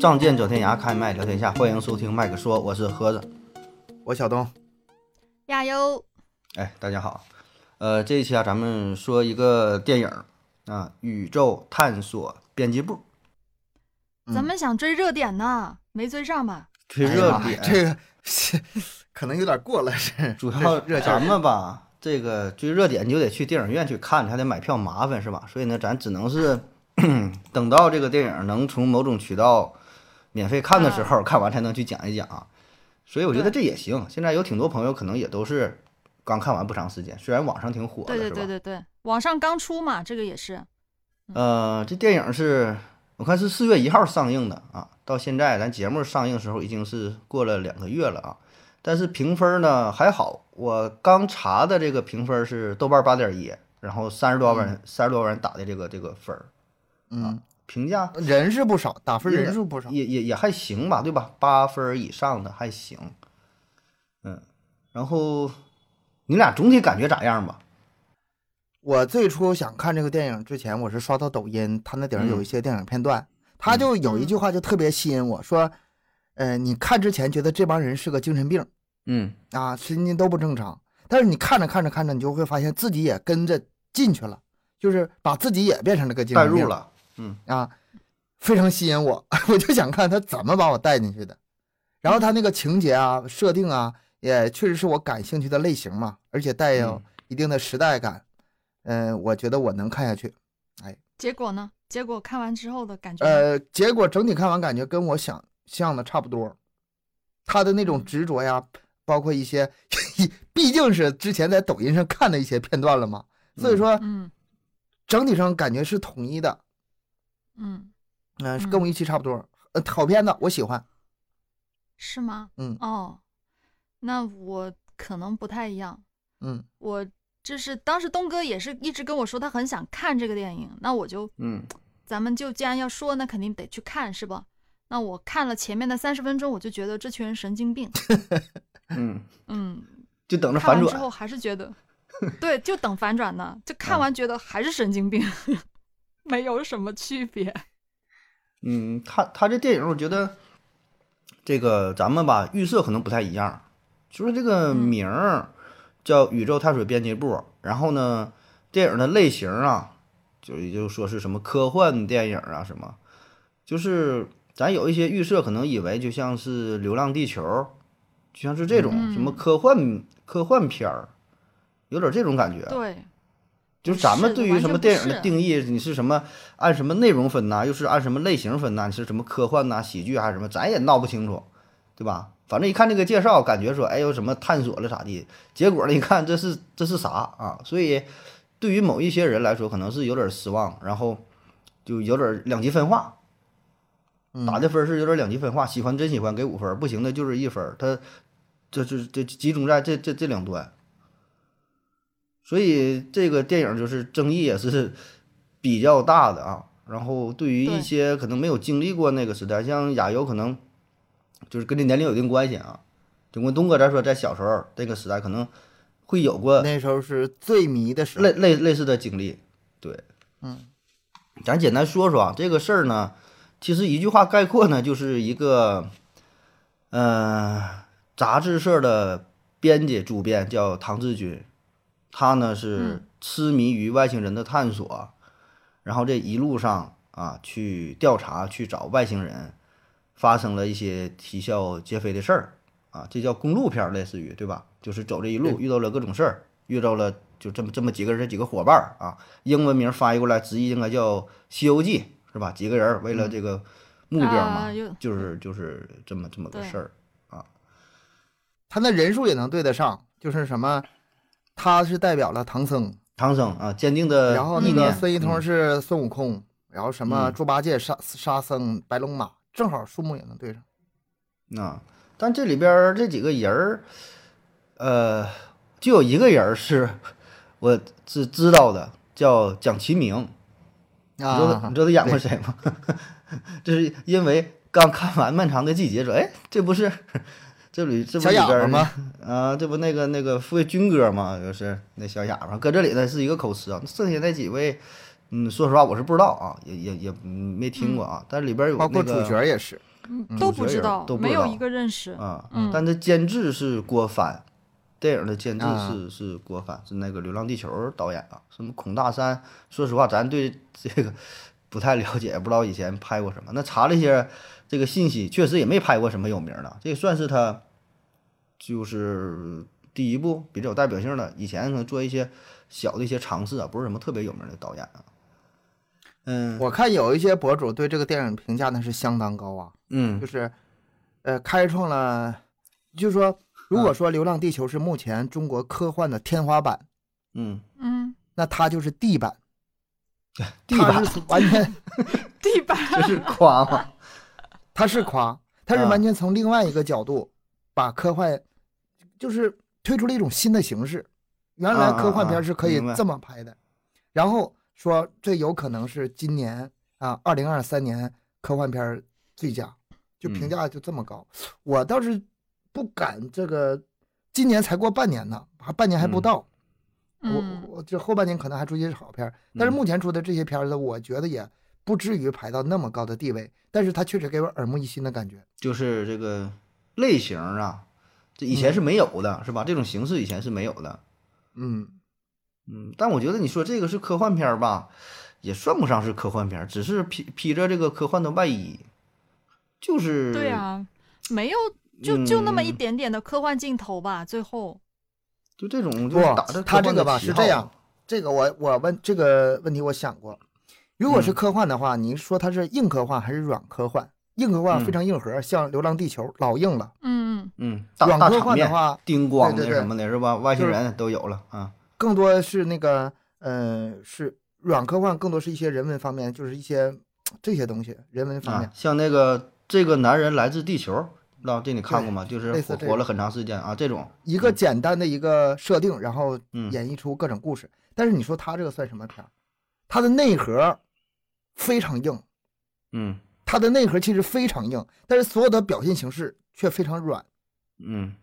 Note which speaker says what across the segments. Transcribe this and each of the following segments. Speaker 1: 仗剑走天涯，开麦聊天下，欢迎收听麦克说，我是盒子。
Speaker 2: 我小东，
Speaker 3: 亚优，
Speaker 1: 哎，大家好，呃，这一期啊，咱们说一个电影儿啊，《宇宙探索编辑部》，
Speaker 2: 嗯
Speaker 3: 咱们想追热点呢，没追上吧？
Speaker 1: 推
Speaker 2: 哎
Speaker 1: 热
Speaker 2: 呀妈
Speaker 1: 点，
Speaker 2: 呀这个是 可能有点过了，是
Speaker 1: 主要
Speaker 2: 热
Speaker 1: 咱
Speaker 2: 情。
Speaker 1: 们吧，这个追热点你就得去电影院去看，还得买票，麻烦是吧？所以呢，咱只能是 等到这个电影能从某种渠道免费看的时候，看完才能去讲一讲啊。所以我觉得这也行。现在有挺多朋友可能也都是刚看完不长时间，虽然网上挺火的，
Speaker 3: 对对对
Speaker 1: 是吧？
Speaker 3: 对对，网上刚出嘛，这个也是。
Speaker 1: 呃，这电影是我看是四月一号上映的啊，到现在咱节目上映时候已经是过了两个月了啊。但是评分呢还好，我刚查的这个评分是豆瓣八点一，然后三十多万人三十、30多万人打的这个这个分儿，啊
Speaker 2: 嗯，
Speaker 1: 评价
Speaker 2: 人是不少，打分
Speaker 1: 应该
Speaker 2: 人数不少。
Speaker 1: 也也也还行吧，对吧？八分儿以上的还行，嗯。然后你俩总体感觉咋样吧？
Speaker 2: 我最初想看这个电影之前，我是刷到抖音，它那顶上有一些电影片段，他就有一句话就特别吸引我，说，呃，你看之前觉得这帮人是个精神病
Speaker 1: 嗯
Speaker 2: 啊，神经都不正常，但是你看着看着看着，你就会发现自己也跟着进去了，就是把自己也变成了个精
Speaker 1: 代
Speaker 2: 神病
Speaker 1: 入了，
Speaker 2: 啊，非常吸引我， 我就想看他怎么把我带进去的。然后他那个情节啊、设定啊，也确实是我感兴趣的类型嘛，而且带有
Speaker 1: 嗯
Speaker 2: 一定的时代感。嗯、我觉得我能看下去。
Speaker 3: 结果呢？结果看完之后的感觉呢，
Speaker 2: 呃，结果整体看完感觉跟我想象的差不多。他的那种
Speaker 1: 嗯
Speaker 2: 执着呀，包括一些， 毕竟是之前在抖音上看的一些片段了嘛，所以
Speaker 1: 嗯
Speaker 2: 说
Speaker 3: 嗯
Speaker 2: 整体上感觉是统一的。
Speaker 3: 嗯，
Speaker 2: 嗯、
Speaker 3: 嗯
Speaker 2: 跟我预期差不多。呃，好片子，我喜欢。
Speaker 3: 是吗？
Speaker 2: 嗯
Speaker 3: 哦，那我可能不太一样。
Speaker 2: 嗯。
Speaker 3: 我就是当时东哥也是一直跟我说他很想看这个电影，那我就
Speaker 1: 嗯
Speaker 3: 咱们就既然要说，那肯定得去看是吧？那我看了前面的三十分钟，我就觉得这群人神经病。
Speaker 1: 嗯，
Speaker 3: 嗯，
Speaker 1: 就等着
Speaker 3: 看
Speaker 1: 反
Speaker 3: 完之
Speaker 1: 转。
Speaker 3: 后还是 觉得，对，就等反转呢，就
Speaker 1: 嗯
Speaker 3: 看完觉得还是神经病， 没有什么区别。
Speaker 1: 嗯，他他这电影，我觉得这个咱们吧预设可能不太一样，就是这个名儿叫《宇宙探索编辑部》，然后呢，电影的类型啊，就也就说是什么科幻电影啊什么，就是咱有一些预设可能以为就像是《流浪地球》，就像是这种、
Speaker 3: 嗯
Speaker 1: 什么科幻科幻片儿，有点这种感觉。啊
Speaker 3: 对，
Speaker 1: 就是咱们
Speaker 3: 是
Speaker 1: 对于
Speaker 3: 完
Speaker 1: 什
Speaker 3: 全
Speaker 1: 么
Speaker 3: 不
Speaker 1: 电影的
Speaker 3: 是
Speaker 1: 定义，你是什么按什么内容分呐？又是按什么类型分呐？你是什么科幻呐、喜剧还是什么？咱也闹不清楚，对吧？反正一看这个介绍，感觉说哎呦什么探索了咋地，结果呢一看这是这是啥啊？所以对于某一些人来说，可能是有点失望，然后就有点两极分化。
Speaker 2: 嗯
Speaker 1: 打的分儿是有点两极分化，喜欢真喜欢给五分儿，不行的就是一分儿。他这这这集中在这这这两端，所以这个电影就是争议也是比较大的啊。然后对于一
Speaker 3: 对
Speaker 1: 些可能没有经历过那个时代，像亚优可能就是跟这年龄有一定关系啊。就跟东哥咱说，在小时候那个时代，可能会有过
Speaker 2: 那时候是最迷的时候
Speaker 1: 类。类类似的经历，对，
Speaker 2: 嗯，
Speaker 1: 咱简单说说啊，这个事儿呢，其实一句话概括呢，就是一个，呃，杂志社的编辑主编叫唐志军，他呢是
Speaker 3: 嗯
Speaker 1: 痴迷于外星人的探索，然后这一路上啊去调查去找外星人，发生了一些啼笑皆非的事儿啊，这叫公路片，儿，类似于对吧？就是走这一路遇到了各种事儿，遇到了就这么这么几个人，这几个伙伴儿啊，英文名翻译过来直译应该叫《西游记》是吧？几个人为了这个目标嘛，
Speaker 3: 嗯啊有
Speaker 1: 就是就是这么这么个
Speaker 3: 对
Speaker 1: 事儿。
Speaker 2: 他那人数也能对得上，就是什么，他是代表了唐僧，
Speaker 1: 唐僧啊，坚定的
Speaker 2: 然后
Speaker 1: 意
Speaker 2: 那个
Speaker 1: 念，
Speaker 2: 孙一通
Speaker 1: 嗯
Speaker 2: 是孙悟空，然后什么
Speaker 1: 嗯
Speaker 2: 猪八戒、沙沙僧、白龙马，正好数目也能对上。
Speaker 1: 啊，但这里边儿这几个人儿，呃，就有一个人儿是我是知道的，叫蒋奇明。你知道他
Speaker 2: 啊
Speaker 1: 你知，道他演过谁吗？ 这是因为刚看完《漫长的季节》，说哎，这不是这里这不
Speaker 2: 小
Speaker 1: 里
Speaker 2: 哑
Speaker 1: 边
Speaker 2: 巴
Speaker 1: 儿
Speaker 2: 吗？
Speaker 1: 啊，这不那个那个傅卫军哥嘛，就是那小哑巴，搁这里呢是一个口吃啊。剩下那几位，嗯，说实话我是不知道啊，也也也嗯没听过啊。但是里边有
Speaker 2: 包
Speaker 1: 那
Speaker 2: 括
Speaker 1: 个
Speaker 2: 主角也是，
Speaker 3: 嗯
Speaker 2: 嗯
Speaker 3: 都
Speaker 2: 有
Speaker 1: 些
Speaker 3: 不知
Speaker 1: 人
Speaker 3: 道
Speaker 1: 都，不
Speaker 3: 没
Speaker 1: 知
Speaker 3: 有
Speaker 1: 道
Speaker 3: 一个认识。
Speaker 1: 啊，
Speaker 3: 嗯
Speaker 1: 但这监制是郭帆，电影的监制
Speaker 2: 啊
Speaker 1: 是是郭帆，是那个《流浪地球》导演啊，什么孔大山。说实话，咱对这个不太了解，也不知道以前拍过什么。那查了一些这个信息，确实也没拍过什么有名的，这算是他就是第一部比较有代表性的。以前可能做一些小的一些尝试啊，不是什么特别有名的导演啊。嗯
Speaker 2: 我看有一些博主对这个电影评价那是相当高啊，
Speaker 1: 嗯
Speaker 2: 就是，呃，开创了，就是说，如果说《流浪地球》是目前中国科幻的天花板，
Speaker 1: 嗯，
Speaker 3: 嗯，
Speaker 2: 那它就是地板，
Speaker 1: 地
Speaker 2: 它
Speaker 1: 板
Speaker 2: 是完全，
Speaker 3: 地板
Speaker 1: 这是夸吗？
Speaker 2: 它是夸，它是
Speaker 1: 啊
Speaker 2: 完全从另外一个角度把科幻，就是推出了一种新的形式。原来科幻片是可
Speaker 1: 啊
Speaker 2: 以
Speaker 1: 啊啊明白
Speaker 2: 这么拍的，然后说这有可能是今年啊，二零二三年科幻片最佳，就评
Speaker 1: 嗯
Speaker 2: 价就这么高。我倒是不敢这个，今年才过半年呢，还半年还不
Speaker 1: 嗯
Speaker 2: 到。
Speaker 3: 嗯
Speaker 2: 我我这后半年可能还出一些好片儿，但是
Speaker 1: 嗯
Speaker 2: 目前出的这些片儿呢，我觉得也不至于排到那么高的地位，但是它确实给我耳目一新的感觉。
Speaker 1: 就是这个类型啊，这以前是没有的，是吧？这种形式以前是没有的。
Speaker 2: 嗯，
Speaker 1: 嗯，但我觉得你说这个是科幻片儿吧，也算不上是科幻片儿，只是披披着这个科幻的外衣，就是
Speaker 3: 对啊，没有就就那么一
Speaker 1: 嗯
Speaker 3: 点点的科幻镜头吧，最后嗯
Speaker 1: 就这种
Speaker 2: 不
Speaker 1: 就是打着，
Speaker 2: 它
Speaker 1: 科
Speaker 2: 这
Speaker 1: 幻
Speaker 2: 个
Speaker 1: 的
Speaker 2: 吧
Speaker 1: 旗
Speaker 2: 是
Speaker 1: 号
Speaker 2: 这样，这个我我问这个问题我想过，如果是
Speaker 1: 嗯
Speaker 2: 科幻的话，你说它是硬科幻还是软科幻？硬科幻非
Speaker 1: 嗯
Speaker 2: 常硬核，像《流浪地球》老硬了。
Speaker 3: 嗯
Speaker 1: 嗯，大
Speaker 2: 软
Speaker 1: 大
Speaker 2: 科
Speaker 1: 场
Speaker 2: 幻的
Speaker 1: 面
Speaker 2: 话
Speaker 1: 叮咣
Speaker 2: 对
Speaker 1: 的
Speaker 2: 对对
Speaker 1: 什么的，是吧？外星
Speaker 2: 就是
Speaker 1: 人都有了啊，
Speaker 2: 更多是那个，呃，是软科幻，更多是一些人文方面，就是一些这些东西，人文方面
Speaker 1: 啊，。像那个这个男人来自地球，不知道这你看过吗？就是
Speaker 2: 类似
Speaker 1: 活
Speaker 2: 这
Speaker 1: 活了
Speaker 2: 种
Speaker 1: 很长时间啊，这种
Speaker 2: 一个
Speaker 1: 嗯
Speaker 2: 简单的一个设定，然后
Speaker 1: 嗯
Speaker 2: 演绎出各种故事。但是你说他这个算什么片儿？它的内核非常硬，
Speaker 1: 嗯
Speaker 2: 它的内核其实非常硬，但是所有的表现形式却非常软。
Speaker 1: 嗯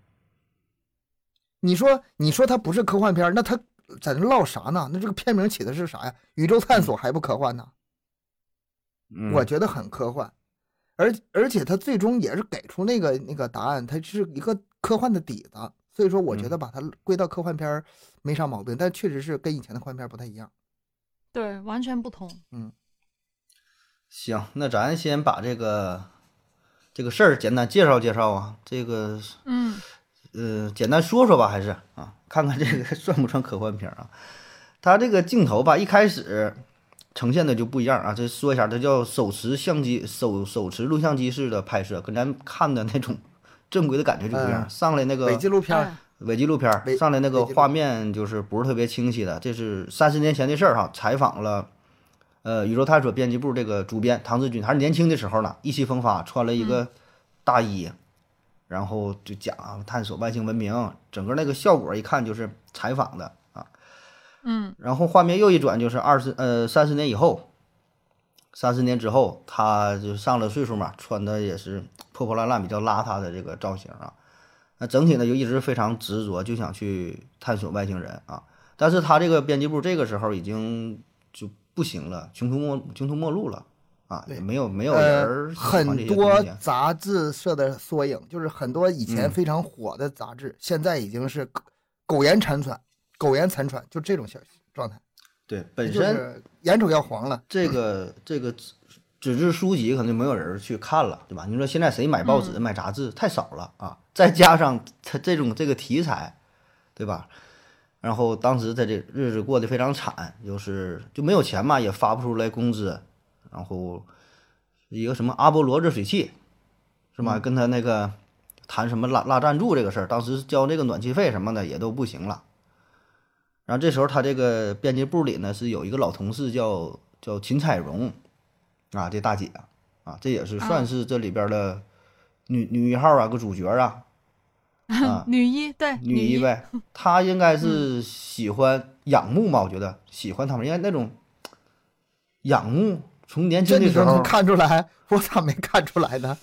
Speaker 2: 你说，你说它不是科幻片儿，那它在那唠啥呢？那这个片名起的是啥呀？宇宙探索还不科幻呢？
Speaker 1: 嗯，
Speaker 2: 我觉得很科幻，而而且它最终也是给出那个那个答案，它是一个科幻的底子，所以说我觉
Speaker 1: 嗯
Speaker 2: 得把它归到科幻片儿没啥毛病，但确实是跟以前的科幻片儿不太一样。
Speaker 3: 对，完全不同。
Speaker 1: 行，那咱先把这个这个事儿简单介绍介绍啊，这个
Speaker 3: 嗯，
Speaker 1: 呃，简单说说吧，还是啊，看看这个 算不算科幻片儿啊？它这个镜头吧，一开始呈现的就不一样啊。这说一下，它叫手持相机、手手持录像机式的拍摄，跟咱看的那种 正规的感觉就不一样。
Speaker 2: 嗯
Speaker 1: 上来那个
Speaker 2: 伪纪录片儿，
Speaker 3: 哎
Speaker 1: 伪纪录片儿
Speaker 2: 伪
Speaker 1: 上来那个
Speaker 2: 伪纪录
Speaker 1: 画面就是不是特别清晰的，这是三十年前的事儿哈。采访了，呃，宇宙探索编辑部这个主编唐志军，还是年轻的时候呢，意气风发，穿了一
Speaker 2: 嗯
Speaker 1: 个大衣，然后就讲啊探索外星文明，整个那个效果一看就是采访的啊。
Speaker 3: 嗯
Speaker 1: 然后画面又一转，就是二十呃三十年以后，三十年之后，他就上了岁数嘛，穿的也是破破烂烂、比较邋遢的这个造型啊。那整体呢，就一直非常执着，就想去探索外星人啊。但是他这个编辑部这个时候已经就不行了，穷途末穷途末路了啊，
Speaker 2: 对
Speaker 1: 也没有没有人儿
Speaker 2: 呃，
Speaker 1: 喜欢这
Speaker 2: 很
Speaker 1: 些
Speaker 2: 多
Speaker 1: 东西啊
Speaker 2: 杂志社的缩影，就是很多以前
Speaker 1: 嗯
Speaker 2: 非常火的杂志，现在已经是苟苟延残喘，苟延残喘，就这种小状态，
Speaker 1: 对本
Speaker 2: 就
Speaker 1: 身
Speaker 2: 是眼瞅要黄了。
Speaker 1: 这个这个纸纸质书籍可能就没有人去看了，对吧？你说现在谁买报
Speaker 2: 嗯
Speaker 1: 纸、买杂志太少了啊！再加上他这种这个题材，对吧？然后当时他这日子过得非常惨，就是就没有钱嘛，也发不出来工资，然后一个什么阿波罗热水器，是吧？跟他那个谈什么拉拉赞助这个事儿，当时交那个暖气费什么的也都不行了。然后这时候他这个编辑部里呢是有一个老同事叫叫秦彩荣，啊，这大姐啊啊，这也是算
Speaker 3: 啊，
Speaker 1: 是这里边的女、女一号啊，个主角啊，啊
Speaker 3: 哎 女一对
Speaker 1: 女一
Speaker 3: 一，
Speaker 1: 呗，她应该是喜欢仰慕吧，我觉得喜欢他们，应该那种仰慕，从年
Speaker 2: 这
Speaker 1: 轻的
Speaker 2: 你
Speaker 1: 时
Speaker 2: 都
Speaker 1: 候
Speaker 2: 能，看出来，我咋没看出来呢？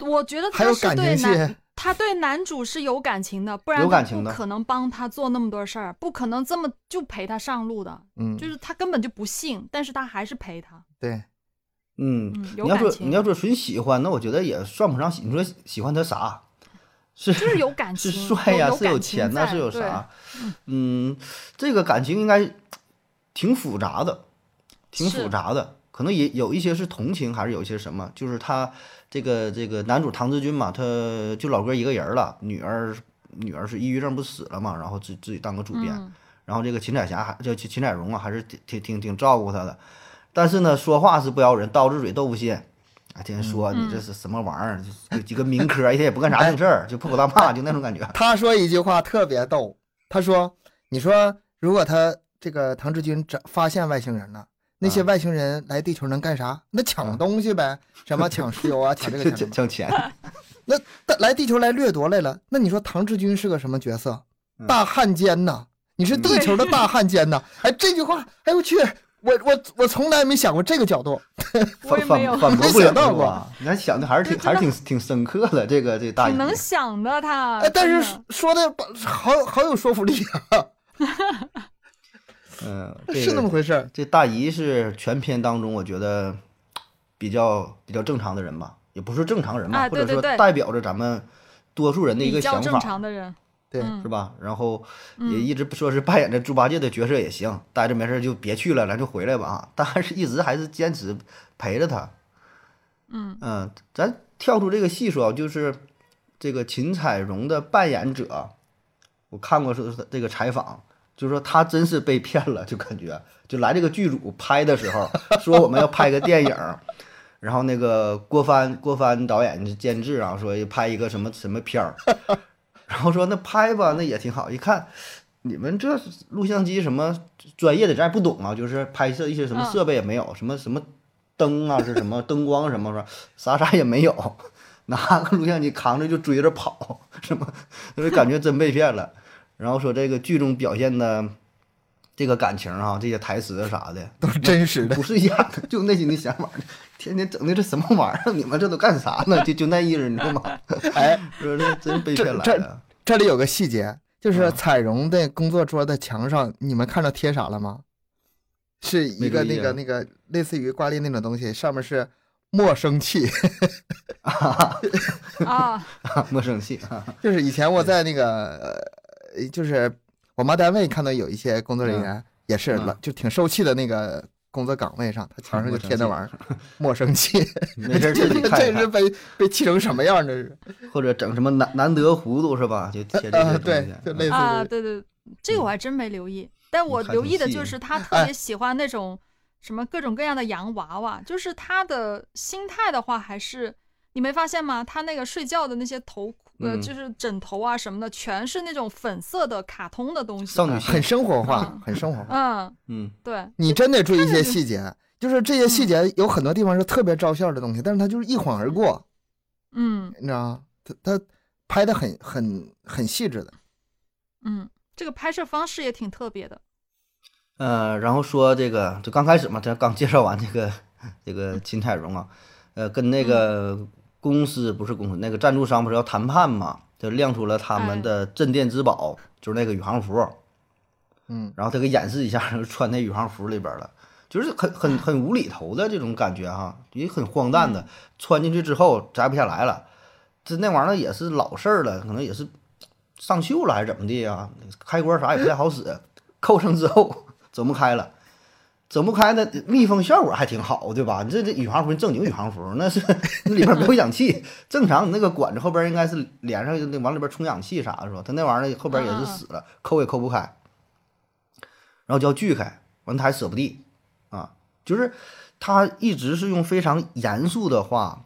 Speaker 3: 我觉得
Speaker 2: 还
Speaker 3: 她
Speaker 2: 有
Speaker 3: 是
Speaker 2: 感
Speaker 3: 对
Speaker 2: 情
Speaker 3: 男
Speaker 2: 戏，
Speaker 3: 他对男主是有感情的，不然
Speaker 1: 有
Speaker 3: 他
Speaker 1: 感情
Speaker 3: 不
Speaker 1: 的
Speaker 3: 可能帮他做那么多事儿，不可能这么就陪他上路的。
Speaker 2: 嗯，
Speaker 3: 就是他根本就不信，但是他还是陪他。
Speaker 2: 对，
Speaker 1: 嗯，
Speaker 3: 嗯有
Speaker 1: 你要
Speaker 3: 感
Speaker 1: 说
Speaker 3: 情
Speaker 1: 你要说纯喜欢，那我觉得也算不上喜。你说喜欢他啥？ 是
Speaker 3: 就是有感
Speaker 1: 是
Speaker 3: 情，
Speaker 1: 帅
Speaker 3: 有
Speaker 1: 呀、
Speaker 3: 有
Speaker 1: 是有
Speaker 3: 感情
Speaker 1: 钱呐、
Speaker 3: 在
Speaker 1: 是有
Speaker 3: 对
Speaker 1: 啥？嗯，这个感情应该挺复杂的，挺复
Speaker 3: 是
Speaker 1: 杂的。可能也有一些是同情，还是有一些什么？就是他这个这个男主唐志军嘛，他就老哥一个人了，女儿女儿是抑郁症不死了嘛，然后自自己当个主编，
Speaker 3: 嗯
Speaker 1: 然后这个秦彩霞还这秦秦彩荣啊，还是挺挺挺挺照顾他的，但是呢，说话是不饶人，刀子嘴豆腐心，啊，天天说
Speaker 3: 嗯
Speaker 1: 你这是什么玩意儿，就几个民科，一天也不干啥正事儿，就破口大骂，就那种感觉。
Speaker 2: 他说一句话特别逗，他说：“你说如果他这个唐志军找发现外星人了，那些
Speaker 1: 嗯
Speaker 2: 外星人来地球能干啥？那抢东西呗，什么抢石 油啊，抢这个抢什
Speaker 1: 挣
Speaker 2: 么。
Speaker 1: 挣钱，
Speaker 2: 那但来地球来掠夺来了，那你说唐志军是个什么角色
Speaker 1: 嗯？
Speaker 2: 大汉奸呐！你是地球的
Speaker 3: 嗯
Speaker 2: 大汉奸呐！哎，这句话，哎呦我去，我我我从来没想过这个角度。
Speaker 3: 我也
Speaker 1: 反
Speaker 3: 没有
Speaker 1: 反反 驳
Speaker 2: 没
Speaker 1: 不了
Speaker 2: 想到
Speaker 1: 是吧？你还想的还是挺还是挺挺深刻的，这个这大
Speaker 3: 挺
Speaker 1: 爷
Speaker 3: 能想的他。
Speaker 2: 哎，但
Speaker 3: 啊真
Speaker 2: 是
Speaker 3: 的
Speaker 2: 说说的吧好好有说服力啊，
Speaker 1: 嗯，这
Speaker 2: 是那么
Speaker 1: 个
Speaker 2: 回事儿。
Speaker 1: 这大姨是全片当中我觉得比较比较正常的人吧，也不是正常人吧，
Speaker 3: 啊
Speaker 1: 或
Speaker 3: 对
Speaker 1: 者说
Speaker 3: 对对
Speaker 1: 代表着咱们多数人的一
Speaker 3: 比
Speaker 1: 个
Speaker 3: 较
Speaker 1: 想
Speaker 3: 正
Speaker 1: 法
Speaker 3: 常，的 人，
Speaker 2: 对
Speaker 3: 嗯
Speaker 1: 是吧？然后也
Speaker 3: 嗯
Speaker 1: 一直不说是扮演着猪八戒的角色也行，待着没事儿就别去了，咱就回来吧啊！但是一直还是坚持陪着他，
Speaker 3: 嗯
Speaker 1: 嗯，咱跳出这个戏说啊，就是这个秦彩荣的扮演者，我看过说是这个采访，就是说他真是被骗了，就感觉就来这个剧组拍的时候，说我们要拍个电影儿，然后那个郭帆郭帆导演监制啊，说拍一个什么什么片儿，然后说那拍吧，那也挺好，一看。你们这录像机什么专业的咱也不懂啊，就是拍摄一些什么
Speaker 3: 嗯
Speaker 1: 设备也没有，什么什么灯啊是什么灯光什么的，啥啥也没有，拿个录像机扛着就追着跑，什么就是感觉真被骗了。然后说这个剧中表现的这个感情啊，这些台词啊啥的，
Speaker 2: 都是真实的，
Speaker 1: 不是演的，就内心的想法，天天整的这什么玩意儿？你们这都干啥呢？就就那意思，你知道吗？
Speaker 2: 哎，
Speaker 1: 说这真被骗来
Speaker 2: 这
Speaker 1: 了。啊
Speaker 2: 这里有个细节，就是
Speaker 1: 嗯
Speaker 2: 彩荣的工作桌的墙上，你们看到贴啥了吗？是一个
Speaker 1: 没注意
Speaker 2: 那个
Speaker 1: 啊
Speaker 2: 那个类似于挂历那种东西，上面是莫生气。
Speaker 3: 啊，
Speaker 1: 莫生气啊！
Speaker 2: 就是以前我在那个呃，就是我妈单位看到有一些工作人员也是
Speaker 1: 嗯
Speaker 2: 老就挺受气的那个工作岗位上，他墙上
Speaker 1: 莫
Speaker 2: 就
Speaker 1: 生
Speaker 2: 贴那
Speaker 1: 气
Speaker 2: 玩意儿，莫生气。
Speaker 1: 没事儿自己看一
Speaker 2: 这是
Speaker 1: 看，
Speaker 2: 被被气成什么样？这是
Speaker 1: 或者整什么难难得糊涂是吧？就贴这
Speaker 2: 啊，
Speaker 1: 些
Speaker 2: 对
Speaker 1: 东，
Speaker 2: 就
Speaker 1: 西
Speaker 2: 类。似
Speaker 3: 啊，
Speaker 2: 于
Speaker 3: 对对，这个我还真没留意，但我
Speaker 1: 还
Speaker 3: 留
Speaker 1: 嗯挺
Speaker 3: 意的
Speaker 1: 细
Speaker 3: 就是
Speaker 1: 的哎
Speaker 3: 他特别喜欢那种什么各种各样的洋娃娃，就是他的心态的话，还是你没发现吗？他那个睡觉的那些头。呃，
Speaker 1: 嗯
Speaker 3: 就是枕头啊什么的，全是那种粉色的卡通的东西。
Speaker 1: 少女
Speaker 2: 啊
Speaker 1: 心
Speaker 2: 很，生活化
Speaker 3: 嗯，
Speaker 2: 很生活化。
Speaker 3: 嗯，
Speaker 1: 嗯，
Speaker 3: 对，
Speaker 2: 你真得注意一些细节，就是这些细节有很多地方是特别招笑的东西，但是他就是一晃而过，
Speaker 3: 嗯
Speaker 2: 你知道吗？他他拍的很很很细致的，
Speaker 3: 嗯，这个拍摄方式也挺特别的。
Speaker 1: 呃，然后说这个，就刚开始嘛，这刚介绍完这个这个秦彩荣啊，呃，跟那个公司不是公司，那个赞助商不是要谈判嘛，就亮出了他们
Speaker 3: 哎
Speaker 1: 的镇店之宝，就是那个宇航服，
Speaker 2: 嗯，
Speaker 1: 然后他给演示一下，就穿那宇航服里边了，就是很很很无厘头的这种感觉哈，也很荒诞的，穿进去之后摘不下来了，这那玩意儿也是老事儿了，可能也是上锈了还是怎么啊的呀、开关啥也不太好使，扣上之后整不开了。整不开呢，密封效果还挺好，对吧？你这这宇航服，正经宇航服，那是那里边没有氧气，正常你那个管子后边应该是连上，那往里边充氧气啥的，是吧？它那玩意儿后边也是死了，抠也抠不开。然后就要锯开，完他还舍不得，啊，就是他一直是用非常严肃的话，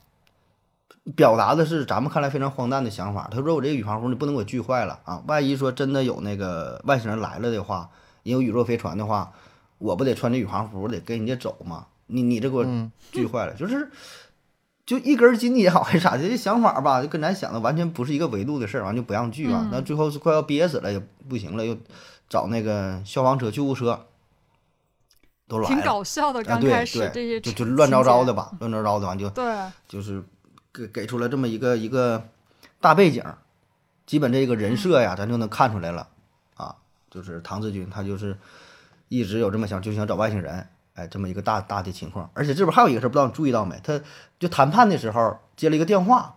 Speaker 1: 表达的是咱们看来非常荒诞的想法。他说：“我这个宇航服你不能给我锯坏了啊，万一说真的有那个外星人来了的话，也有宇宙飞船的话，我不得穿着宇航服我得跟人家走吗？你你这给我
Speaker 2: 嗯
Speaker 1: 锯坏了，就是。”就一根筋也好还是啥的，这想法吧，就跟咱想的完全不是一个维度的事儿，完就不让锯
Speaker 3: 嗯
Speaker 1: 啊。那、最后是快要憋死了，也不行了，又找那个消防车、救护车，都来
Speaker 3: 挺
Speaker 1: 了。
Speaker 3: 搞笑的。
Speaker 1: 啊，
Speaker 3: 刚
Speaker 1: 对
Speaker 3: 开始这
Speaker 1: 对，
Speaker 3: 些
Speaker 1: 就就
Speaker 3: 情
Speaker 1: 乱糟糟的
Speaker 3: 情
Speaker 1: 吧，乱糟糟的，完就
Speaker 3: 节。对，
Speaker 1: 就是给给出了这么一个一个大背景，基本这个人设呀，咱就能看出来了啊。就是唐志军，他就是一直有这么想，就想找外星人，哎，这么一个大大的情况。而且这边还有一个事儿，不知道你注意到没？他就谈判的时候接了一个电话，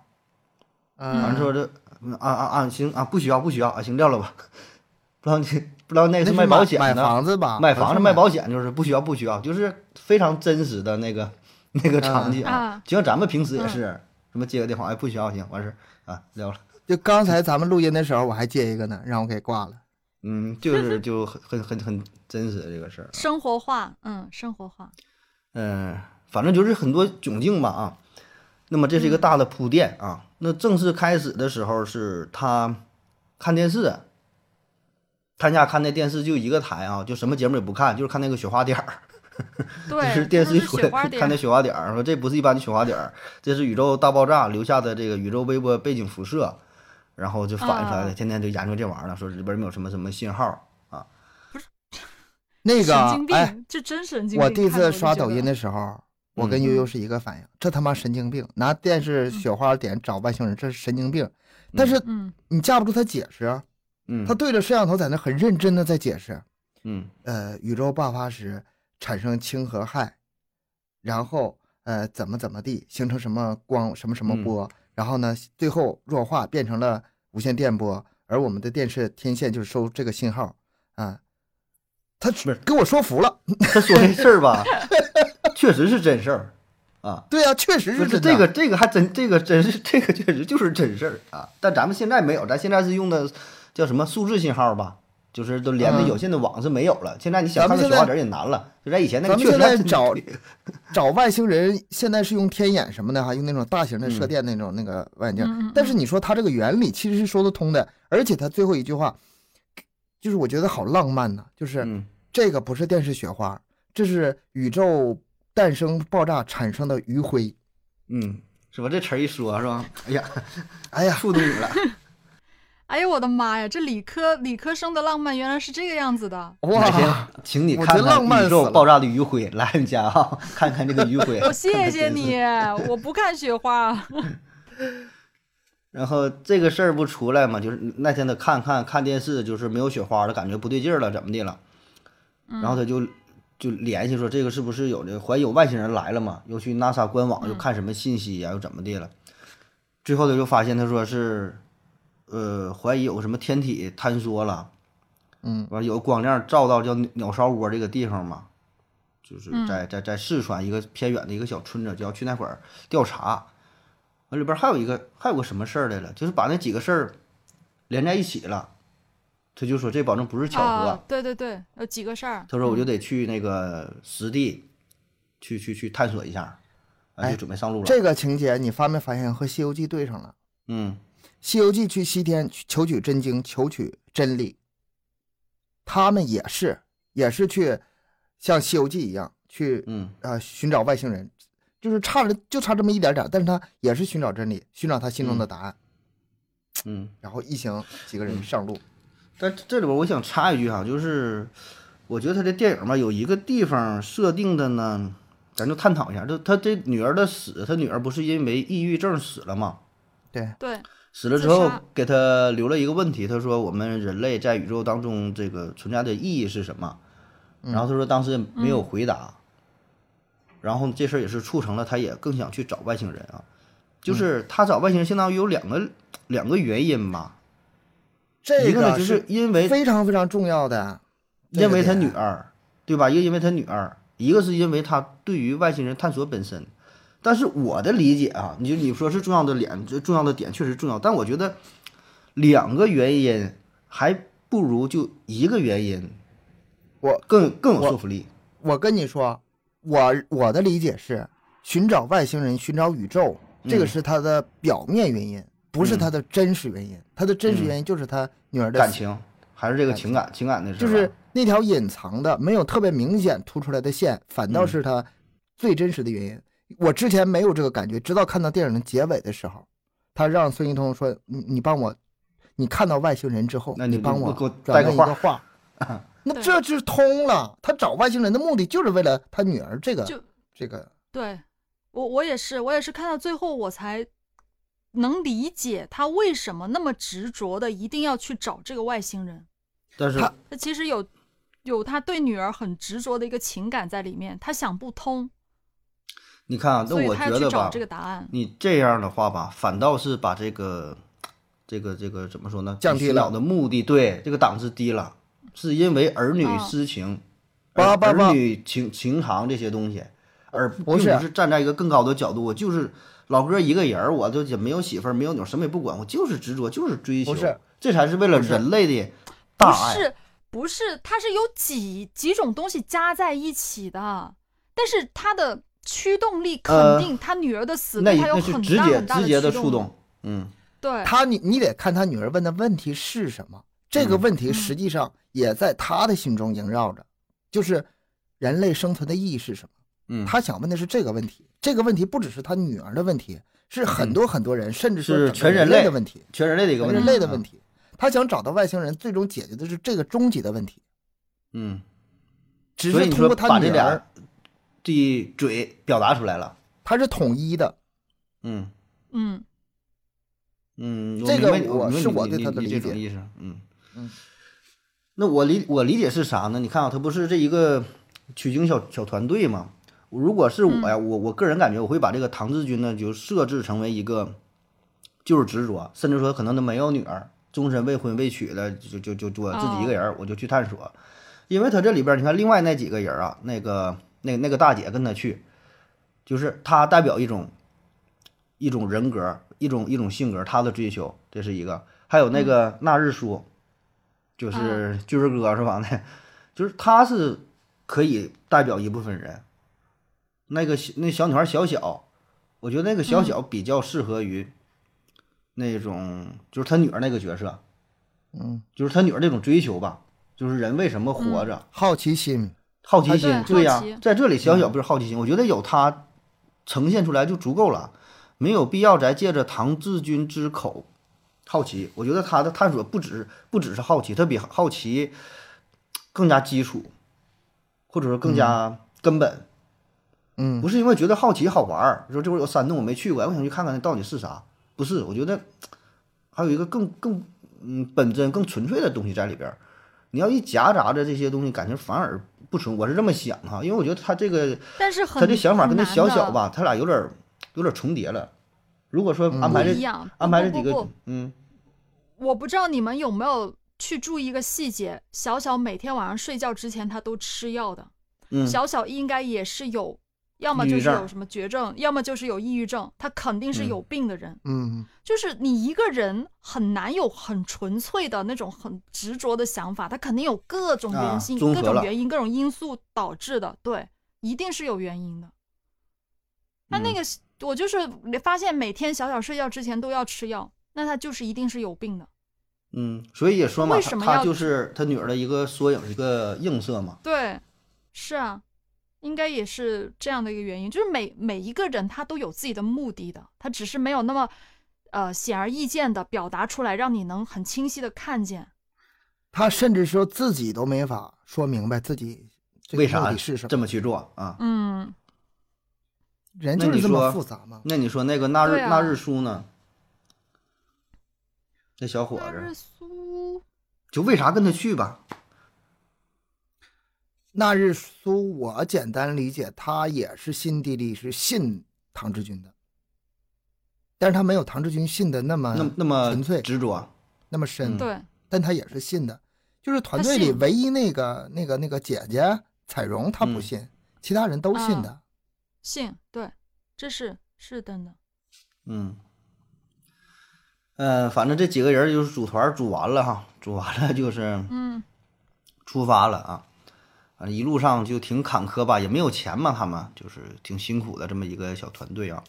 Speaker 1: 完
Speaker 2: 嗯，
Speaker 1: 之后这嗯啊啊啊，行啊，不需要不需要啊，行撂了吧。 不知道你不知道那
Speaker 2: 那
Speaker 1: 个
Speaker 2: 是
Speaker 1: 是卖保
Speaker 2: 买
Speaker 1: 险
Speaker 2: 买
Speaker 1: 的，
Speaker 2: 房子吧，
Speaker 1: 买房子卖
Speaker 2: 险，
Speaker 1: 保险啊就是不需要不需要，就是非常真实的那个那个场景，
Speaker 3: 啊
Speaker 1: 就像咱们平时也
Speaker 3: 嗯
Speaker 1: 是，什么接个电话，哎不需要行，完事儿啊撂了，
Speaker 2: 就刚才咱们录音的时候，我还接一个呢，让我给挂了。
Speaker 1: 嗯，就是就很很很很真实这个事儿，
Speaker 3: 生活化，嗯，生活化，
Speaker 1: 嗯，反正就是很多窘境吧啊。那么这是一个大的铺垫啊。那正式开始的时候是他看电视，他家看那电视就一个台啊，就什么节目也不看，就是看那个雪花点儿。
Speaker 3: 对，
Speaker 1: 就是电视一
Speaker 3: 就是
Speaker 1: 出
Speaker 3: 雪
Speaker 1: 来
Speaker 3: 花
Speaker 1: 看那
Speaker 3: 点，
Speaker 1: 雪花点儿，说这不是一般的雪花点儿，这是宇宙大爆炸留下的这个宇宙微波背景辐射，然后就反映出来了，
Speaker 3: 啊
Speaker 1: 天天就研究这玩意儿了，说里边儿有没有什么什么信号。
Speaker 2: 那
Speaker 3: 神
Speaker 2: 个
Speaker 3: 经，
Speaker 2: 哎，
Speaker 3: 病，这真神经病。
Speaker 2: 我第一
Speaker 3: 看着
Speaker 2: 次
Speaker 3: 我就
Speaker 2: 刷
Speaker 3: 觉
Speaker 2: 抖
Speaker 3: 得
Speaker 2: 音的时候，我跟
Speaker 1: 嗯
Speaker 2: 悠悠是一个反应，这他妈神经病，拿
Speaker 3: 嗯
Speaker 2: 电视雪花点找外星人，这是神经病。但是
Speaker 3: 嗯，
Speaker 2: 你架不住他解释啊，
Speaker 1: 嗯，
Speaker 2: 他对着摄像头在那很认真的在解释，
Speaker 1: 嗯
Speaker 2: 呃，宇宙爆发时产生氢和氦，然后呃怎么怎么地形成什么光什么什么
Speaker 1: 嗯
Speaker 2: 波，然后呢最后弱化变成了无线电波，而我们的电视天线就是收这个信号啊。他
Speaker 1: 是
Speaker 2: 给我说服了，
Speaker 1: 他说这事儿吧， 确实是真事儿啊。
Speaker 2: 对呀、确实
Speaker 1: 不
Speaker 2: 是
Speaker 1: 是
Speaker 2: 真
Speaker 1: 这
Speaker 2: 的
Speaker 1: 个，这个还真，这个真是，这个确实就是真事儿啊。但咱们现在没有，咱现在是用的叫什么数字信号吧，就是都连的
Speaker 2: 嗯
Speaker 1: 有线的网是没有了。现在你想
Speaker 2: 咱
Speaker 1: 看个
Speaker 2: 们现
Speaker 1: 雪花
Speaker 2: 在
Speaker 1: 点儿也难了，就在以前那个
Speaker 2: 咱们
Speaker 1: 确实
Speaker 2: 现
Speaker 1: 还
Speaker 2: 在
Speaker 1: 真
Speaker 2: 找找外星人，现在是用天眼什么的哈，用那种大型的射
Speaker 1: 嗯
Speaker 2: 电那种那个望远
Speaker 3: 嗯嗯
Speaker 2: 镜
Speaker 3: 嗯。
Speaker 2: 但是你说它这个原理其实是说得通的，而且它最后一句话，就是我觉得好浪漫呐、就是
Speaker 1: 嗯
Speaker 2: 这个不是电视雪花，这是宇宙诞生爆炸产生的余晖。
Speaker 1: 嗯，是吧？这词儿一说是吧？哎 呀，
Speaker 2: 哎呀，
Speaker 1: 触动你了。
Speaker 3: 哎呦我的妈呀，这理科理科生的浪漫原来是这个样子的。
Speaker 1: 哪天
Speaker 2: 哇，
Speaker 1: 请你
Speaker 2: 我
Speaker 1: 看
Speaker 2: 觉得浪
Speaker 1: 看
Speaker 2: 漫
Speaker 1: 宇宙
Speaker 2: 死
Speaker 1: 爆炸的余晖，来你家哈、 看看这个余 晖。
Speaker 3: 我谢谢你，我不看雪花。
Speaker 1: 然后这个事儿不出来嘛，就是那天他看看看电视，就是没有雪花了，感觉不对劲儿了，怎么的了？然后他就就联系说这个是不是有这怀疑有外星人来了嘛？又去 NASA 官网又看什么信息呀、又怎么的了？最后他就发现他说是，呃，怀疑有什么天体坍缩了，
Speaker 2: 嗯，
Speaker 1: 完了有光亮照到叫鸟巢窝这个地方嘛，就是在在在四川一个偏远的一个小村子，就要去那块儿调查。完里边还有一个还有个什么事儿来了，就是把那几个事儿连在一起了。他就说这保证不是巧合，
Speaker 3: 啊，对对对，有几个事儿。
Speaker 1: 他说我
Speaker 3: 嗯
Speaker 1: 就得去那个实地，去去去探索一下，啊，
Speaker 2: 哎
Speaker 1: 就准备上路了。
Speaker 2: 这个情节你发没发现和《西游记》对上了？
Speaker 1: 嗯
Speaker 2: 《西游记》去西天去求取真经，求取真理。他们也是，也是去像《西游记》一样去
Speaker 1: 嗯
Speaker 2: 呃寻找外星人，就是差了就差这么一点点儿，但是他也是寻找真理，寻找他心中的答案。
Speaker 1: 嗯。
Speaker 2: 然后一行几个人上路，
Speaker 1: 但这里边我想插一句哈，就是我觉得他这电影吧，有一个地方设定的呢，咱就探讨一下。就他这女儿的死，他女儿不是因为抑郁症死了吗？
Speaker 2: 对，
Speaker 3: 对，
Speaker 1: 死了之后
Speaker 3: 自杀
Speaker 1: 给他留了一个问题，他说我们人类在宇宙当中这个存在的意义是什么？然后他说当时也没有回答，然后这事儿也是促成了他也更想去找外星人啊，就是他找外星人相当于有两个两个原因吧，
Speaker 2: 这
Speaker 1: 一个呢
Speaker 2: 个
Speaker 1: 就是因为
Speaker 2: 非常非常重要的，这个
Speaker 1: 因为他
Speaker 2: 点
Speaker 1: 女儿，对吧？一个因为他女儿，一个是因为他对于外星人探索本身。但是我的理解啊，你就你说是重要的点，这重要的点确实重要，但我觉得两个原因还不如就一个原因，
Speaker 2: 我
Speaker 1: 更更有
Speaker 2: 我
Speaker 1: 说服力。
Speaker 2: 我跟你说，我我的理解是，寻找外星人、寻找宇宙，这个
Speaker 1: 嗯
Speaker 2: 是他的表面原因，不是他的真实原因。他的真实原因就是他女儿的
Speaker 1: 嗯感
Speaker 2: 死，
Speaker 1: 情还是这个情感，情感的事儿吧
Speaker 2: 就是那条隐藏的、没有特别明显突出来的线，反
Speaker 1: 嗯
Speaker 2: 倒是他最真实的原因。我之前没有这个感觉，直到看到电影的结尾的时候，他让孙一通说：“你你帮我，你看到外星人之后，
Speaker 1: 那你就
Speaker 2: 帮我
Speaker 1: 给我带个
Speaker 2: 转个一
Speaker 1: 话
Speaker 2: 个话。” 那
Speaker 3: 对
Speaker 2: 这就是通了。他找外星人的目的就是为了他女儿这个
Speaker 3: 就
Speaker 2: 这个，
Speaker 3: 对我我也是，我也是看到最后我才能理解他为什么那么执着的一定要去找这个外星人。
Speaker 1: 但是
Speaker 2: 他
Speaker 3: 他其实有有他对女儿很执着的一个情感在里面，他想不通，
Speaker 1: 你看啊，那
Speaker 3: 所以
Speaker 1: 我
Speaker 3: 他
Speaker 1: 觉
Speaker 3: 要去
Speaker 1: 得
Speaker 3: 找
Speaker 1: 吧
Speaker 3: 这，个答案。
Speaker 1: 你这样的话吧，反倒是把这个这个这个怎么说呢？
Speaker 2: 降
Speaker 1: 你
Speaker 2: 低
Speaker 1: 洗
Speaker 2: 了
Speaker 1: 脑的目的，对这个档次低了，是因为儿女
Speaker 3: 嗯
Speaker 1: 私情、
Speaker 2: 不
Speaker 1: 儿
Speaker 2: 不不
Speaker 1: 儿女情情长这些东西，而并
Speaker 2: 不是
Speaker 1: 是站在一个更高的角度，我就是老哥一个人儿，我就也没有媳妇儿，没有女儿，什么也不管，我就是执着，就是追求
Speaker 2: 不是，
Speaker 1: 这才是为了
Speaker 2: 不是
Speaker 1: 人类的
Speaker 3: 不
Speaker 1: 大爱。
Speaker 3: 是不是，它是有几几种东西加在一起的，但是他的驱动力肯
Speaker 1: 呃
Speaker 3: 定他女儿的死
Speaker 1: 那
Speaker 3: 对
Speaker 1: 一
Speaker 3: 他有
Speaker 1: 那是
Speaker 3: 很
Speaker 1: 直
Speaker 3: 大
Speaker 1: 接
Speaker 3: 很大
Speaker 1: 直接
Speaker 3: 的
Speaker 1: 的
Speaker 3: 驱
Speaker 1: 触动，嗯，
Speaker 3: 对，
Speaker 2: 他你你得看他女儿问的问题是什么，这个
Speaker 1: 嗯
Speaker 2: 问题实际上也在他的心中萦绕着，就是人类生存的意义是什么。
Speaker 1: 嗯
Speaker 2: 他想问的是这个问题，这个问题不只是他女儿的问题，是很多很多人，甚至
Speaker 1: 嗯
Speaker 2: 说
Speaker 1: 是
Speaker 2: 整个
Speaker 1: 全人
Speaker 2: 类
Speaker 1: 类
Speaker 2: 的问题，
Speaker 1: 全人类的一个
Speaker 2: 全
Speaker 1: 问题，啊
Speaker 2: 人类的问
Speaker 1: 题，
Speaker 2: 题。他想找到外星人，最终解决的是这个终极的问题，
Speaker 1: 嗯，
Speaker 2: 只
Speaker 1: 所以
Speaker 2: 是
Speaker 1: 你
Speaker 2: 通
Speaker 1: 说
Speaker 2: 过他
Speaker 1: 把这
Speaker 2: 女
Speaker 1: 俩
Speaker 2: 儿，
Speaker 1: 的嘴表达出来了，
Speaker 2: 他是统一的。
Speaker 1: 嗯
Speaker 3: 嗯，
Speaker 1: 嗯，
Speaker 2: 这个
Speaker 1: 明白
Speaker 2: 我
Speaker 1: 明白
Speaker 2: 是
Speaker 1: 你
Speaker 2: 我
Speaker 1: 你
Speaker 2: 对他
Speaker 1: 你
Speaker 2: 的
Speaker 1: 你
Speaker 2: 理
Speaker 1: 这种
Speaker 2: 解
Speaker 1: 意思，嗯
Speaker 2: 嗯。
Speaker 1: 那我理我理解是啥呢？你看啊，他不是这一个取经小小团队嘛？如果是我呀，我我个人感觉我会把这个唐志军呢就设置成为一个就是执着，甚至说可能他没有女儿，终身未婚未娶的，就就就就我自己一个人儿，我就去探索。因为他这里边儿，你看另外那几个人儿啊，那个那那个大姐跟他去，就是他代表一种一种人格，一种一种性格，他的追求，这是一个。还有那个那日苏，就是军儿哥是吧？那就是他是可以代表一部分人。那个小那小女孩小小，我觉得那个
Speaker 3: 嗯
Speaker 1: 小小比较适合于那种，就是他女儿那个角色，
Speaker 2: 嗯，
Speaker 1: 就是他女儿那种追求吧，就是人为什么活着，
Speaker 2: 好奇心，
Speaker 1: 好奇心
Speaker 3: 嗯啊，对
Speaker 1: 对呀、
Speaker 3: 好奇
Speaker 1: 在这里小小不是好奇心，我觉得有他呈现出来就足够了，没有必要再借着唐志军之口好奇。我觉得他的探索不只不只是好奇，他比好奇更加基础，或者说更加根本。
Speaker 2: 嗯，
Speaker 1: 不是因为觉得好奇好玩儿，说这会儿有山洞我没去过，哎我想去看看那到底是啥。不是，我觉得还有一个更更嗯本真、更纯粹的东西在里边儿。你要一夹杂着这些东西，感情反而不纯。我是这么想哈，因为我觉得他这个
Speaker 3: 但是很
Speaker 1: 他这想法
Speaker 3: 很
Speaker 1: 跟那
Speaker 3: 难
Speaker 1: 小
Speaker 3: 的
Speaker 1: 小吧，他俩有点儿有点儿重叠了。如果
Speaker 2: 嗯
Speaker 1: 说安
Speaker 3: 不
Speaker 1: 排
Speaker 3: 一
Speaker 1: 这、
Speaker 3: 样，
Speaker 1: 安
Speaker 3: 不
Speaker 1: 排这
Speaker 3: 不
Speaker 1: 几
Speaker 3: 不
Speaker 1: 个
Speaker 3: 不，
Speaker 1: 嗯
Speaker 3: 我不知道你们有没有去注意一个细节，小小每天晚上睡觉之前他都吃药的，
Speaker 1: 嗯，
Speaker 3: 小小应该也是有，要么
Speaker 1: 抑郁
Speaker 3: 就是有
Speaker 1: 症
Speaker 3: 什么绝症，要么就是有抑郁症，他肯定是
Speaker 1: 嗯
Speaker 3: 有病的人。
Speaker 2: 嗯，
Speaker 3: 就是你一个人很难有很纯粹的那种很执着的想法，他肯定有各种原
Speaker 1: 啊
Speaker 3: 因、
Speaker 1: 综
Speaker 3: 各
Speaker 1: 合
Speaker 3: 种
Speaker 1: 了
Speaker 3: 原因、各种因素导致的，对，一定是有原因的。那那
Speaker 1: 嗯
Speaker 3: 个是、我就是发现每天小小睡觉之前都要吃药，那他就是一定是有病的，
Speaker 1: 嗯，所以也说嘛，
Speaker 3: 为
Speaker 1: 他
Speaker 3: 什么
Speaker 1: 他
Speaker 3: 要
Speaker 1: 就是他女儿的一个缩影，一个映射嘛。
Speaker 3: 对，是啊，应该也是这样的一个原因，就是每每一个人他都有自己的目的的，他只是没有那么呃显而易见的表达出来，让你能很清晰的看见。
Speaker 2: 他甚至说自己都没法说明白自己这个
Speaker 1: 为啥
Speaker 2: 到底是什么，
Speaker 1: 这么去做啊？
Speaker 3: 嗯，
Speaker 2: 人
Speaker 1: 那
Speaker 2: 就是
Speaker 1: 你
Speaker 2: 这
Speaker 1: 说
Speaker 2: 么复杂嘛。
Speaker 1: 那你说那个那日、
Speaker 3: 对啊
Speaker 1: 那日苏呢？那小伙
Speaker 3: 那日
Speaker 1: 子，
Speaker 3: 苏，
Speaker 1: 就为啥跟他去吧？
Speaker 2: 那日苏，我简单理解，他也是心底里是信唐志军的，但是他没有唐志军信的那么
Speaker 1: 那那么
Speaker 2: 嗯纯粹
Speaker 1: 执着，
Speaker 2: 那么深，
Speaker 1: 嗯
Speaker 3: 对，
Speaker 2: 但他也是信的。就是团
Speaker 3: 他
Speaker 2: 队里
Speaker 3: 信
Speaker 2: 唯一那个那个那个姐姐彩荣，她不
Speaker 1: 嗯
Speaker 2: 信，其他人都信
Speaker 3: 啊
Speaker 2: 的。
Speaker 3: 信，对，这是是真的。
Speaker 1: 嗯，呃，反正这几个人就是组团组完了哈，组完了就是
Speaker 3: 嗯
Speaker 1: 出发了啊。反正一路上就挺坎坷吧，也没有钱嘛，他们就是挺辛苦的这么一个小团队啊。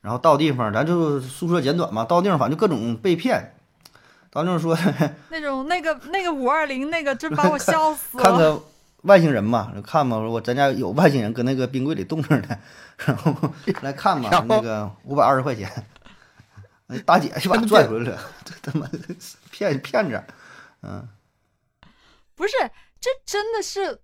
Speaker 1: 然后到地方，咱就诉说简短嘛，到地方反正就各种被骗。到地方说
Speaker 3: 那种那个那个五二零那个，真把我笑死了。
Speaker 1: 看看外星人嘛，看嘛，我咱家有外星人搁那个冰柜里冻着呢，然 后来看嘛
Speaker 2: 然后，
Speaker 1: 那个五百二十块钱，哎大姐就把
Speaker 2: 真的
Speaker 1: 拽回来了，这他妈是骗骗子，嗯，
Speaker 3: 不是，这真的是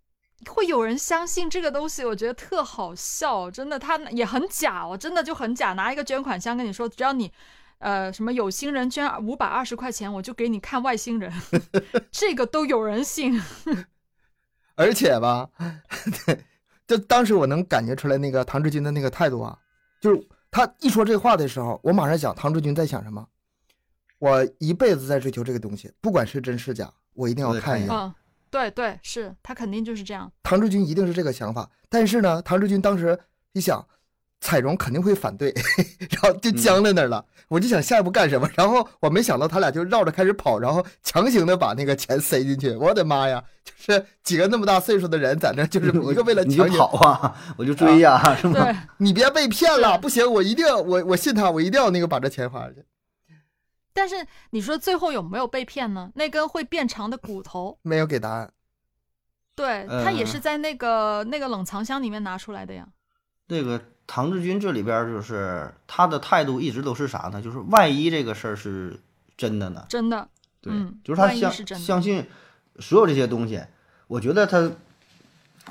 Speaker 3: 会有人相信这个东西，我觉得特好笑，真的，他也很假哦，真的就很假，拿一个捐款箱跟你说，只要你。呃，什么有心人捐五百二十块钱，我就给你看外星人，这个都有人信。
Speaker 2: 而且吧， 就当时我能感觉出来那个唐志军的那个态度啊，就是他一说这话的时候，我马上想唐志军在想什么。我一辈子在追求这个东西，不管是真是假，我一定要
Speaker 1: 我得看
Speaker 2: 看一
Speaker 1: 一
Speaker 2: 眼。
Speaker 1: 眼
Speaker 3: 嗯，对对，是他肯定就是这样。
Speaker 2: 唐志军一定是这个想法，但是呢，唐志军当时一想，彩荣肯定会反对， 然后就僵在那儿了。我就想下一步干什
Speaker 1: 嗯
Speaker 2: 么，然后我没想到他俩就绕着开始跑，然后强行的把那个钱塞进去。我的妈呀，就是几个那么大岁数的人在那儿，就是一个为 了
Speaker 1: 你就
Speaker 2: 呃强行，
Speaker 1: 跑啊，我就追呀、是吗？
Speaker 3: 对，
Speaker 2: 你别被骗了，
Speaker 3: 是
Speaker 2: 不行，我一定我我信他，我一定要那个把这钱花下去。
Speaker 3: 但是你说最后有没有被骗呢？那根会变长的骨头，
Speaker 2: 没有给答案，
Speaker 3: 对，他也是
Speaker 1: 嗯
Speaker 3: 在那个那个冷藏箱里面拿出来的呀。
Speaker 1: 这个唐志军这里边儿就是他的态度一直都是啥呢？就是万一这个事儿是真的呢？
Speaker 3: 真的，
Speaker 1: 对，
Speaker 3: 嗯
Speaker 1: 就是他
Speaker 3: 万一
Speaker 1: 相
Speaker 3: 是真的
Speaker 1: 相信所有这些东西，我觉得他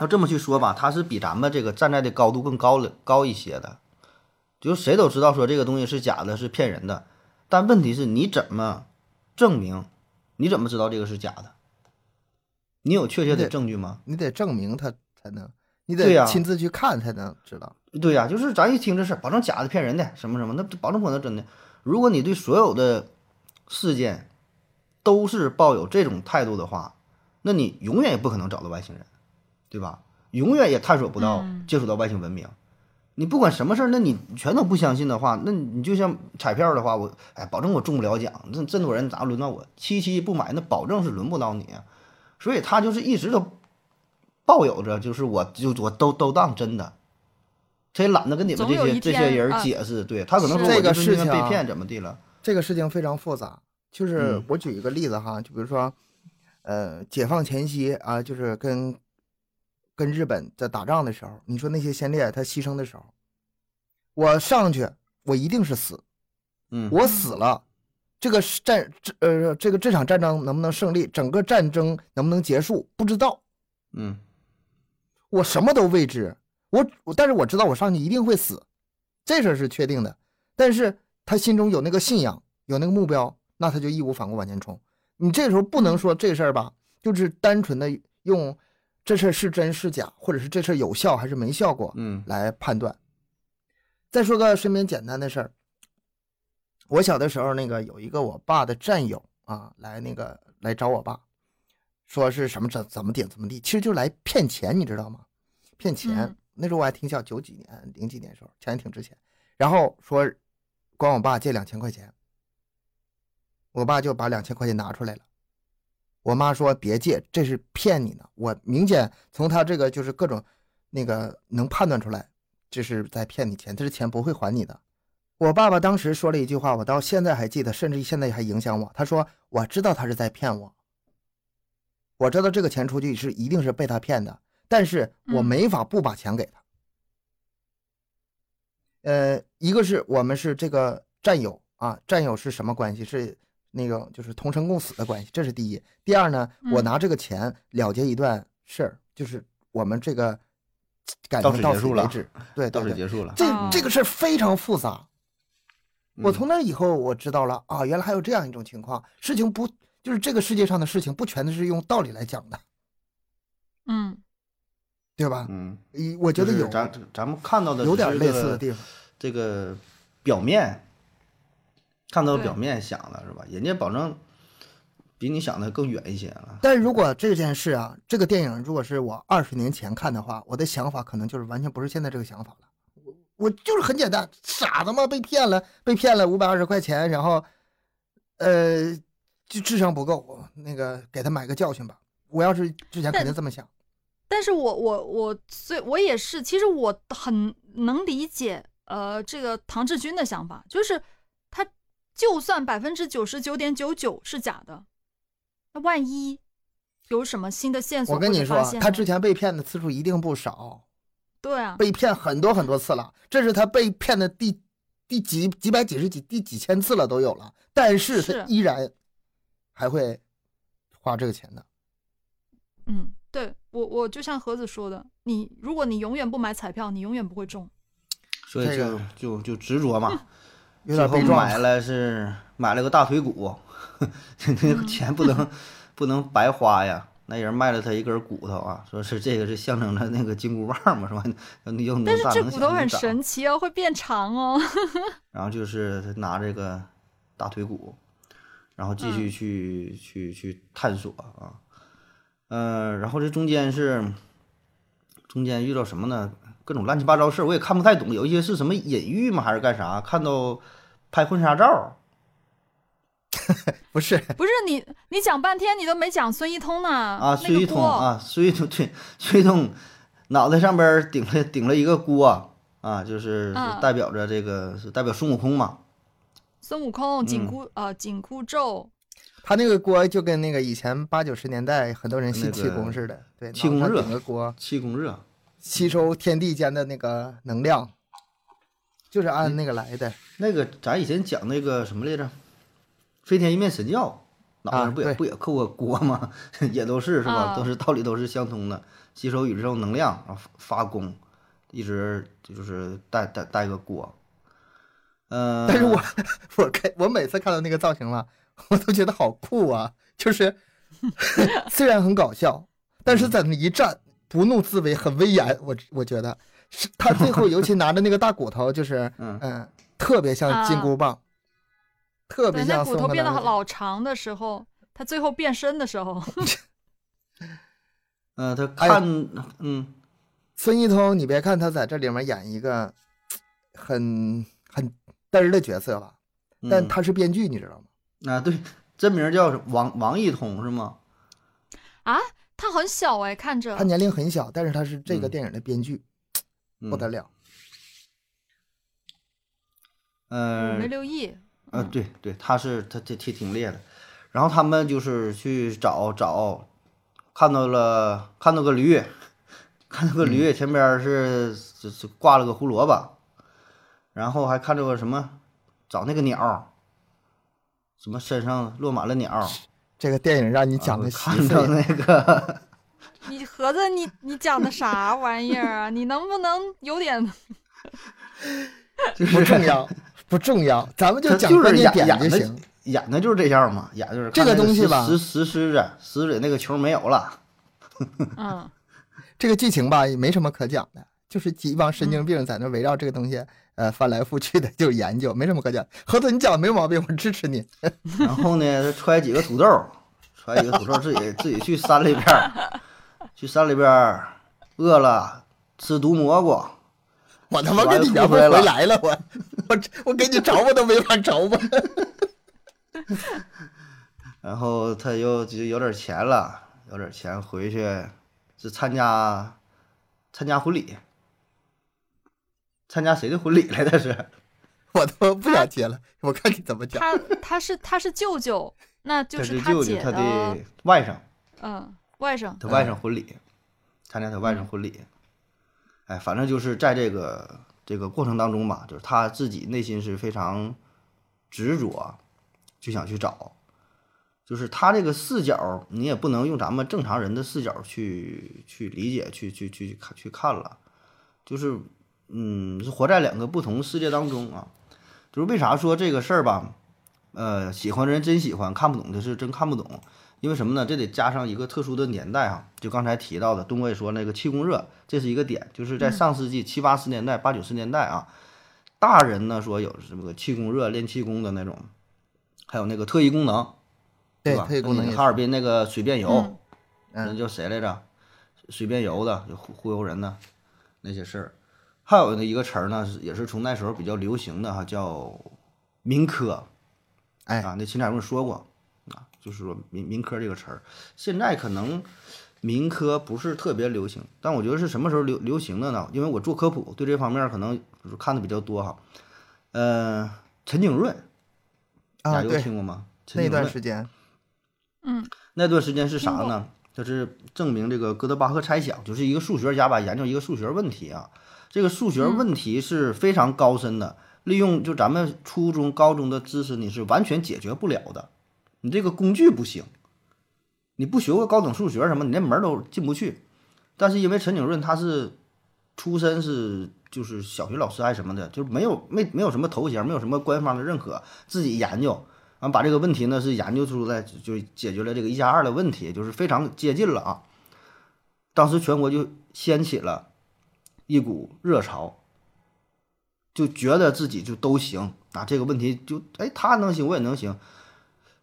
Speaker 1: 要这么去说吧，他是比咱们这个站在的高度更高了高一些的。就是谁都知道说这个东西是假的，是骗人的，但问题是你怎么证明？你怎么知道这个是假的？你有确切的
Speaker 2: 对
Speaker 1: 证据吗？
Speaker 2: 你得证明他才能，你
Speaker 1: 对呀
Speaker 2: 得亲自去看才能知道。
Speaker 1: 对呀、就是咱一听这事儿，保证假的骗人的什么什么，那保证不可能真的。如果你对所有的事件都是抱有这种态度的话，那你永远也不可能找到外星人，对吧？永远也探索不到、
Speaker 3: 嗯
Speaker 1: 接触到外星文明。你不管什么事儿，那你全都不相信的话，那你就像彩票的话，我哎，保证我中不了奖，这这么多人咋轮到我？七七不买，那保证是轮不到你啊。所以他就是一直都抱有着，就是我就我都都当真的，他也懒得跟你们
Speaker 3: 总
Speaker 1: 这
Speaker 3: 有
Speaker 1: 些
Speaker 3: 一
Speaker 1: 这些
Speaker 3: 天
Speaker 1: 人
Speaker 3: 啊
Speaker 1: 解释，对他可能
Speaker 3: 是
Speaker 1: 说我
Speaker 2: 这个
Speaker 1: 就是因
Speaker 2: 事
Speaker 1: 为
Speaker 2: 情
Speaker 1: 被
Speaker 2: 啊
Speaker 1: 骗怎么地了，
Speaker 2: 这个事情非常复杂，就是
Speaker 1: 嗯
Speaker 2: 我举一个例子哈，就比如说，呃，解放前夕啊，就是跟跟日本在打仗的时候，你说那些先烈他牺牲的时候，我上去我一定是死，
Speaker 1: 嗯，
Speaker 2: 我死了，这个是战这呃这个这场战争能不能胜利，整个战争能不能结束不知道，
Speaker 1: 嗯
Speaker 2: 我什么都未知，我我但是我知道我上去一定会死，这事儿是确定的。但是他心中有那个信仰，有那个目标，那他就义无反顾往前冲。你这时候不能说这事儿吧，就是单纯的用这事儿是真是假，或者是这事儿有效还是没效果
Speaker 1: 嗯
Speaker 2: 来判断。再说个身边简单的事儿，我小的时候那个有一个我爸的战友啊，来那个来找我爸，说是什么怎怎么地怎么地，其实就来骗钱，你知道吗？骗钱。
Speaker 3: 嗯
Speaker 2: 那时候我还挺小，九几年、零几年时候，钱还挺值钱。然后说管我爸借两千块钱，我爸就把两千块钱拿出来了。我妈说别借，这是骗你呢。我明显从他这个就是各种那个能判断出来，这是在骗你钱，这是钱不会还你的。我爸爸当时说了一句话，我到现在还记得，甚至现在还影响我。他说：“我知道他是在骗我，我知道这个钱出去是一定是被他骗的，但是我
Speaker 3: 嗯
Speaker 2: 没法不把钱给他。呃，一个是我们是这个战友啊，战友是什么关系？是那个就是同生共死的关系，这是第一。第二呢，我
Speaker 3: 嗯
Speaker 2: 拿这个钱了结一段事儿，就是我们这个感
Speaker 1: 到
Speaker 2: 情
Speaker 1: 此
Speaker 2: 到
Speaker 1: 结
Speaker 2: 此
Speaker 1: 束
Speaker 2: 为
Speaker 1: 了
Speaker 2: 止。对，
Speaker 1: 到
Speaker 2: 对
Speaker 1: 此
Speaker 2: 对
Speaker 1: 结束了。
Speaker 2: 这
Speaker 3: 啊
Speaker 2: 这个事儿非常复杂。我
Speaker 1: 嗯
Speaker 2: 从那以后我知道了啊，原来还有这样一种情况，事情不就是这个世界上的事情不全都是用道理来讲的，
Speaker 3: 嗯，
Speaker 2: 对吧？
Speaker 1: 嗯，
Speaker 2: 一我觉
Speaker 1: 就
Speaker 2: 得
Speaker 1: 是
Speaker 2: 有
Speaker 1: 咱咱们看到的
Speaker 2: 有
Speaker 1: 只
Speaker 2: 点
Speaker 1: 是
Speaker 2: 类
Speaker 1: 这
Speaker 2: 似
Speaker 1: 个
Speaker 2: 的地方，
Speaker 1: 这个表面，看到
Speaker 3: 对
Speaker 1: 表面想了是吧？人家保证比你想的更远一些了。
Speaker 2: 但如果这件事啊，这个电影如果是我二十年前看的话，我的想法可能就是完全不是现在这个想法了。我我就是很简单，傻子嘛，被骗了，被骗了五百二十块钱，然后，呃，就智商不够，那个给他买个教训吧。我要是之前肯定这么想。
Speaker 3: 但是我我我最我也是，其实我很能理解呃这个唐志军的想法，就是他就算百分之九十九点九九是假的，那万一有什么新的线索
Speaker 2: 我跟
Speaker 3: 或
Speaker 2: 你
Speaker 3: 者
Speaker 2: 说
Speaker 3: 发
Speaker 2: 啊，
Speaker 3: 现
Speaker 2: 他
Speaker 3: 呢
Speaker 2: 之前被骗的次数一定不少，
Speaker 3: 对啊，
Speaker 2: 被骗很多很多次了，这是他被骗的第第几几百几十几第几千次了都有了，但是他
Speaker 3: 是
Speaker 2: 依然还会花这个钱的。
Speaker 3: 嗯，对我我就像盒子说的，你如果你永远不买彩票，你永远不会中。
Speaker 1: 所以
Speaker 2: 这
Speaker 1: 就
Speaker 2: 个
Speaker 1: 就就执着嘛，最
Speaker 2: 有点
Speaker 1: 后
Speaker 2: 被撞
Speaker 1: 买
Speaker 2: 了，
Speaker 1: 了
Speaker 3: 嗯
Speaker 1: 是买了个大腿骨，那个钱不能不能白花呀。那人卖了他一根骨头啊，说是这个是象征着那个金箍棒嘛，是吧？ 你又能
Speaker 3: 但是
Speaker 1: 大
Speaker 3: 这
Speaker 1: 能
Speaker 3: 骨
Speaker 1: 小啊
Speaker 3: 头
Speaker 1: 能
Speaker 3: 很
Speaker 1: 长
Speaker 3: 神奇哦，会变长哦。
Speaker 1: 然后就是他拿这个大腿骨，然后继
Speaker 3: 嗯
Speaker 1: 续去、去去探索啊，呃，然后这中间是中间遇到什么呢？各种乱七八糟事儿，我也看不太懂，有一些是什么隐喻吗？还是干啥？看到拍婚纱
Speaker 3: 啊
Speaker 1: 照，
Speaker 2: 不是，
Speaker 3: 不是你，你讲半天你都没讲孙一通呢
Speaker 1: 啊，
Speaker 3: 那
Speaker 1: 孙
Speaker 3: 个
Speaker 1: 一通
Speaker 3: 锅，
Speaker 1: 啊，孙一通对，孙一通脑袋上边儿顶了顶了一个锅啊，就是
Speaker 3: 嗯
Speaker 1: 代表着这个是代表孙悟空嘛，
Speaker 3: 孙悟空、紧
Speaker 1: 嗯
Speaker 3: 箍、呃紧箍咒，
Speaker 2: 他那个锅就跟那个以前八九十年代很多人信
Speaker 1: 那
Speaker 2: 气
Speaker 1: 个
Speaker 2: 功似的，对，
Speaker 1: 气功
Speaker 2: 脑上
Speaker 1: 热
Speaker 2: 顶个锅，
Speaker 1: 气功热，
Speaker 2: 吸收天地间的那个能量，就是
Speaker 1: 嗯
Speaker 2: 按那个来的。
Speaker 1: 那个咱以前讲那个什么来着，《飞天一面神教》，脑袋
Speaker 2: 啊
Speaker 1: 上不也、
Speaker 2: 对
Speaker 1: 不也扣个锅吗？ 也都是是吧？
Speaker 3: 啊
Speaker 1: 都是道理都是相通的，吸收宇宙能量，然后发功，一直就是带带带个锅。嗯、
Speaker 2: 但是我我看我每次看到那个造型吧，我都觉得好酷啊！就是 虽然很搞笑，但
Speaker 1: 嗯
Speaker 2: 是在那一站不怒自威，很威严。我我觉得是他最后尤其拿着那个大骨头，就是
Speaker 1: 嗯
Speaker 2: 嗯，特别像金箍棒，特别
Speaker 3: 啊对，那
Speaker 2: 像
Speaker 3: 骨
Speaker 2: 孙
Speaker 3: 头
Speaker 2: 悟空
Speaker 3: 变得
Speaker 2: 的
Speaker 3: 老长的时候，他最后变身的时候，
Speaker 1: 嗯、呃他
Speaker 2: 哎呀
Speaker 1: 看、嗯
Speaker 2: 孙一通，你别看他在这里面演一个很很嘚儿的角色吧，
Speaker 1: 嗯，
Speaker 2: 但他是编剧，你知道吗？
Speaker 1: 啊对，真名叫什么王王一通是吗？
Speaker 3: 他啊很小哎，看着
Speaker 2: 他年龄很小，但是他是这个
Speaker 1: 嗯
Speaker 2: 电影的编剧，
Speaker 1: 嗯、
Speaker 2: 不得了。
Speaker 3: 我
Speaker 1: 呃
Speaker 3: 嗯没留意。
Speaker 1: 呃，
Speaker 3: 嗯
Speaker 1: 对对，他是他这挺挺烈的，然后他们就是去找找，看到了看到个驴，看到个
Speaker 2: 嗯
Speaker 1: 驴，前边儿是是是挂了个胡萝卜，然后还看到个什么，找那个鸟儿，什么身上落满了鸟儿，
Speaker 2: 这个电影让你讲
Speaker 1: 啊
Speaker 2: 的细
Speaker 1: 看到
Speaker 2: 碎，
Speaker 1: 那 个
Speaker 3: 你合着你你讲的啥玩意儿啊？你能不能有点
Speaker 1: 就是
Speaker 2: 不重要，不重要，咱们
Speaker 1: 他
Speaker 2: 就讲
Speaker 1: 就是
Speaker 2: 关键
Speaker 1: 演
Speaker 2: 点
Speaker 1: 演
Speaker 2: 就
Speaker 1: 的
Speaker 2: 行。
Speaker 1: 演的就是这样嘛，演的就是看
Speaker 2: 这个
Speaker 1: 那
Speaker 2: 东西
Speaker 1: 石
Speaker 2: 吧
Speaker 1: 石石狮子，石狮子那个球没有了，
Speaker 3: 嗯？
Speaker 2: 这个剧情吧，也没什么可讲的，就是几
Speaker 1: 嗯
Speaker 2: 帮神经病在那围绕这个东西，呃，翻来覆去的就研究，没什么可讲。合作你讲的没有毛病，我支持你。
Speaker 1: 然后 呢，他揣几个土豆，揣几个土豆，自己自己去山里边 儿，去山里边儿，饿了吃毒蘑菇，
Speaker 2: 我他妈跟你聊不回来了，我我我给你找我都没法找吧。
Speaker 1: 然后他又就有点钱了，有点钱回去是参加参加婚礼，参加谁的婚礼来的是？
Speaker 2: 我他妈不想接了，我看你怎么讲。
Speaker 3: 他他是他是舅舅，那就
Speaker 1: 他
Speaker 3: 是
Speaker 1: 舅舅
Speaker 3: 姐
Speaker 1: 他的外甥，
Speaker 3: 嗯外甥。
Speaker 1: 他外甥婚礼，参加他外甥婚礼。哎，反正就是在这个这个过程当中吧，就是他自己内心是非常执着，就想去找。就是他这个视角，你也不能用咱们正常人的视角去去理解、去去去看去看了。就是，嗯，是活在两个不同世界当中啊。就是为啥说这个事儿吧，呃，喜欢的人真喜欢，看不懂的是真看不懂。因为什么呢？这得加上一个特殊的年代哈、就刚才提到的，东哥也说那个气功热，这是一个点，就是在上世纪七八十年代、八九十年代啊，大人呢说有什么个气功热，练气功的那种，还有那个特异功能，
Speaker 2: 对，
Speaker 1: 吧？
Speaker 2: 特异功能
Speaker 1: 那
Speaker 2: 也
Speaker 1: 个
Speaker 2: 是
Speaker 1: 哈尔滨那个水变
Speaker 3: 嗯
Speaker 1: 油，那
Speaker 2: 嗯
Speaker 1: 叫谁来着？水变油的，有忽忽悠人的那些事儿。还有一个词儿呢，是也是从那时候比较流行的哈，叫民科。
Speaker 2: 哎
Speaker 1: 啊，那秦彩荣说过啊，就是说民民科这个词儿，现在可能民科不是特别流行，但我觉得是什么时候流流行的呢？因为我做科普，对这方面可能就是看的比较多哈。呃，陈景润，
Speaker 2: 啊，
Speaker 1: 大家有
Speaker 2: 对，
Speaker 1: 听过吗？陈
Speaker 2: 那
Speaker 1: 景
Speaker 2: 段
Speaker 1: 润
Speaker 2: 时间
Speaker 3: 嗯，
Speaker 1: 那段时间是啥
Speaker 3: 听过
Speaker 1: 呢？就是证明这个哥德巴赫猜想，就是一个数学家吧，研究一个数学问题啊。这个数学问题是非常高深的，利用就咱们初中、高中的知识，你是完全解决不了的。你这个工具不行，你不学过高等数学什么，你连门儿都进不去。但是因为陈景润他是出身是就是小学老师还是什么的，就是没有没没有什么头衔，没有什么官方的认可，自己研究，完把这个问题呢是研究出来，就解决了这个一加二的问题，就是非常接近了啊。当时全国就掀起了一股热潮，就觉得自己就都行啊，这个问题就哎他能行，我也能行。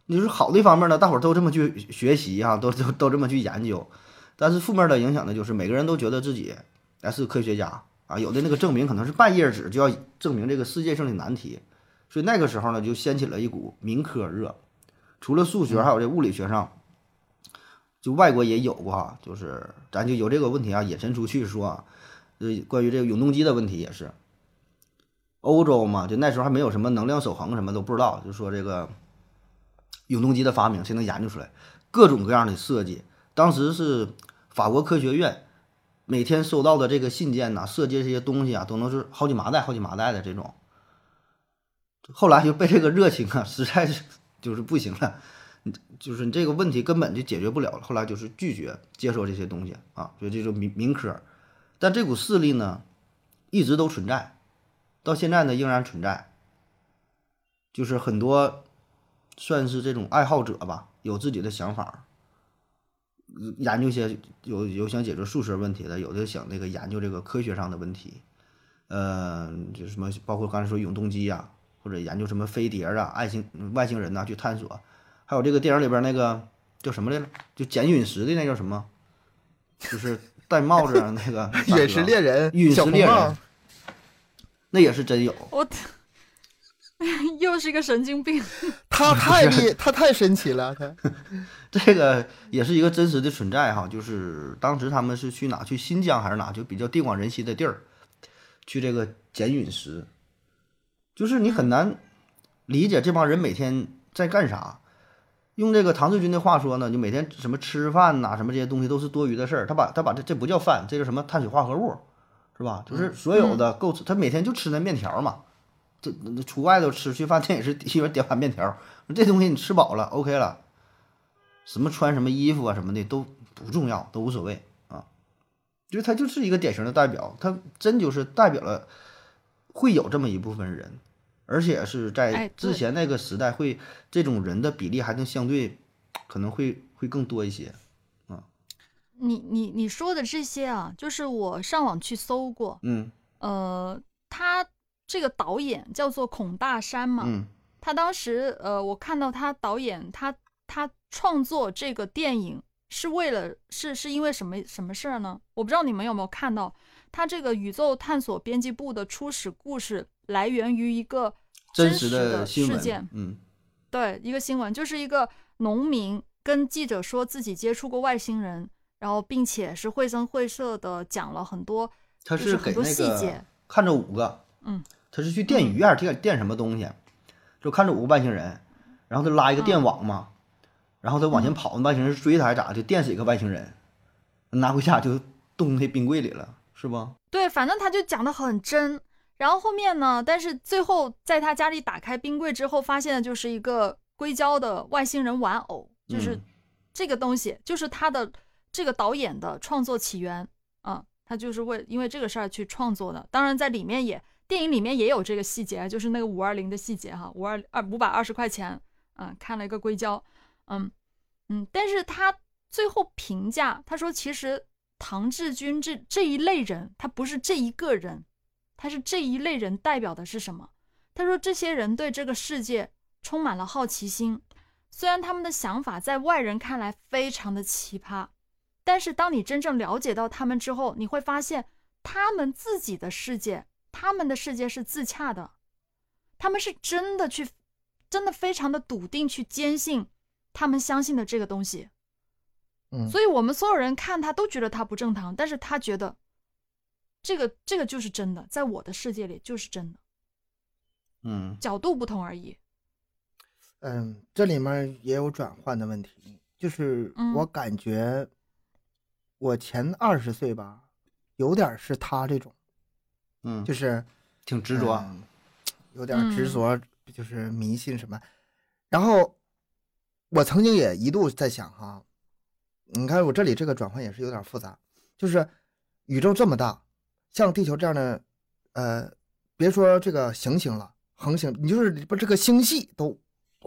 Speaker 1: 你说好的一方面呢，大伙儿都这么去学习啊，都都都这么去研究，但是负面的影响呢，就是每个人都觉得自己哎是科学家啊，有的那个证明可能是半页纸就要证明这个世界性的难题，所以那个时候呢，就掀起了一股民科热，除了数学，还有这物理学上，就外国也有过哈，就是咱就由这个问题啊引申出去说啊，呃，关于这个永动机的问题也是，欧洲嘛，就那时候还没有什么能量守恒，什么都不知道，就说这个永动机的发明，谁能研究出来各种各样的设计？当时是法国科学院每天收到的这个信件呐、设计这些东西啊，都能是好几麻袋、好几麻袋的这种。后来就被这个热情啊，实在是就是不行了，你就是你这个问题根本就解决不了了。后来就是拒绝接受这些东西啊，所以这就民民科。但这股势力呢，一直都存在，到现在呢仍然存在。就是很多算是这种爱好者吧，有自己的想法，嗯研究一些有有想解决数学问题的，有的想那个研究这个科学上的问题，呃，就什么包括刚才说永动机啊，或者研究什么飞碟啊、爱星外星人呐、去探索，还有这个电影里边那个叫什么来着？就捡陨石的那叫什么？就是戴帽子上那个
Speaker 2: 陨石猎人
Speaker 1: 陨、石
Speaker 2: 小红
Speaker 1: 猎人
Speaker 2: 帽，
Speaker 1: 那也是真有。
Speaker 3: 我 又是一个神经病，
Speaker 2: 他太厉，他太神奇了，他
Speaker 1: 这个也是一个真实的存在哈，就是当时他们是去哪？去新疆还是哪？就比较地广人稀的地儿，去这个捡陨石，就是你很难理解这帮人每天在干啥。用这个唐志军的话说呢，就每天什么吃饭呐、什么这些东西都是多余的事儿。他把他把这这不叫饭，这叫什么碳水化合物，是吧？
Speaker 3: 嗯
Speaker 1: 就是所有的够吃，他每天就吃那面条嘛。这那除外头吃去饭店也是一人点碗面条，这东西你吃饱了 OK 了，什么穿什么衣服啊什么的都不重要，都无所谓啊。就是他就是一个典型的代表，他真就是代表了会有这么一部分人，而且是在
Speaker 3: 哎
Speaker 1: 之
Speaker 3: 对
Speaker 1: 前那个时代会这种人的比例还能相对可能会会更多一些。
Speaker 3: 你你你说的这些啊，就是我上网去搜过，
Speaker 1: 嗯
Speaker 3: 呃，他这个导演叫做孔大山嘛，
Speaker 1: 嗯
Speaker 3: 他当时呃，我看到他导演他他创作这个电影是为了是是因为什么什么事儿呢？我不知道你们有没有看到，他这个宇宙探索编辑部的初始故事来源于一个
Speaker 1: 真
Speaker 3: 实
Speaker 1: 的
Speaker 3: 的
Speaker 1: 新
Speaker 3: 事
Speaker 1: 闻
Speaker 3: 件，，
Speaker 1: 嗯
Speaker 3: 对，一个新闻，就是一个农民跟记者说自己接触过外星人，然后并且是绘声绘色的讲了很多，
Speaker 1: 他
Speaker 3: 就是
Speaker 1: 给
Speaker 3: 很多
Speaker 1: 那
Speaker 3: 细
Speaker 1: 个
Speaker 3: 节
Speaker 1: 看着五个，
Speaker 3: 嗯，
Speaker 1: 他是去电鱼还是电电什么东西？就看着五个外星人，然后他拉一个电
Speaker 3: 嗯
Speaker 1: 网嘛，然后他往前跑，外星人追他还咋？就电死一个外星人，拿回家就冻那冰柜里了，是不？
Speaker 3: 对，反正他就讲的很真。然后后面呢，但是最后在他家里打开冰柜之后，发现的就是一个硅胶的外星人玩偶，就是
Speaker 1: 嗯
Speaker 3: 这个东西，就是他的这个导演的创作起源啊，他就是为因为这个事儿去创作的。当然在里面也电影里面也有这个细节，就是那个五二零的细节哈，五二二五百二十块钱，嗯，看了一个硅胶，嗯嗯，但是他最后评价他说，其实唐志军这这一类人，他不是这一个人，他是这一类人代表的是什么？他说这些人对这个世界充满了好奇心，虽然他们的想法在外人看来非常的奇葩，但是当你真正了解到他们之后，你会发现他们自己的世界，他们的世界是自洽的，他们是真的去，真的非常的笃定去坚信他们相信的这个东西。
Speaker 2: 嗯
Speaker 3: 所以我们所有人看他都觉得他不正常，但是他觉得这个这个就是真的，在我的世界里就是真的，
Speaker 1: 嗯，
Speaker 3: 角度不同而已。
Speaker 2: 嗯，这里面也有转换的问题，就是
Speaker 3: 嗯
Speaker 2: 我感觉我前二十岁吧，有点儿是他这种，
Speaker 1: 嗯，
Speaker 2: 就是
Speaker 1: 挺执着，啊
Speaker 2: 嗯有点儿执
Speaker 3: 嗯
Speaker 2: 着，就是迷信什么。然后我曾经也一度在想哈，你看我这里这个转换也是有点儿复杂，就是宇宙这么大，像地球这样的，呃，别说这个行星了，恒星，你就是不这个星系都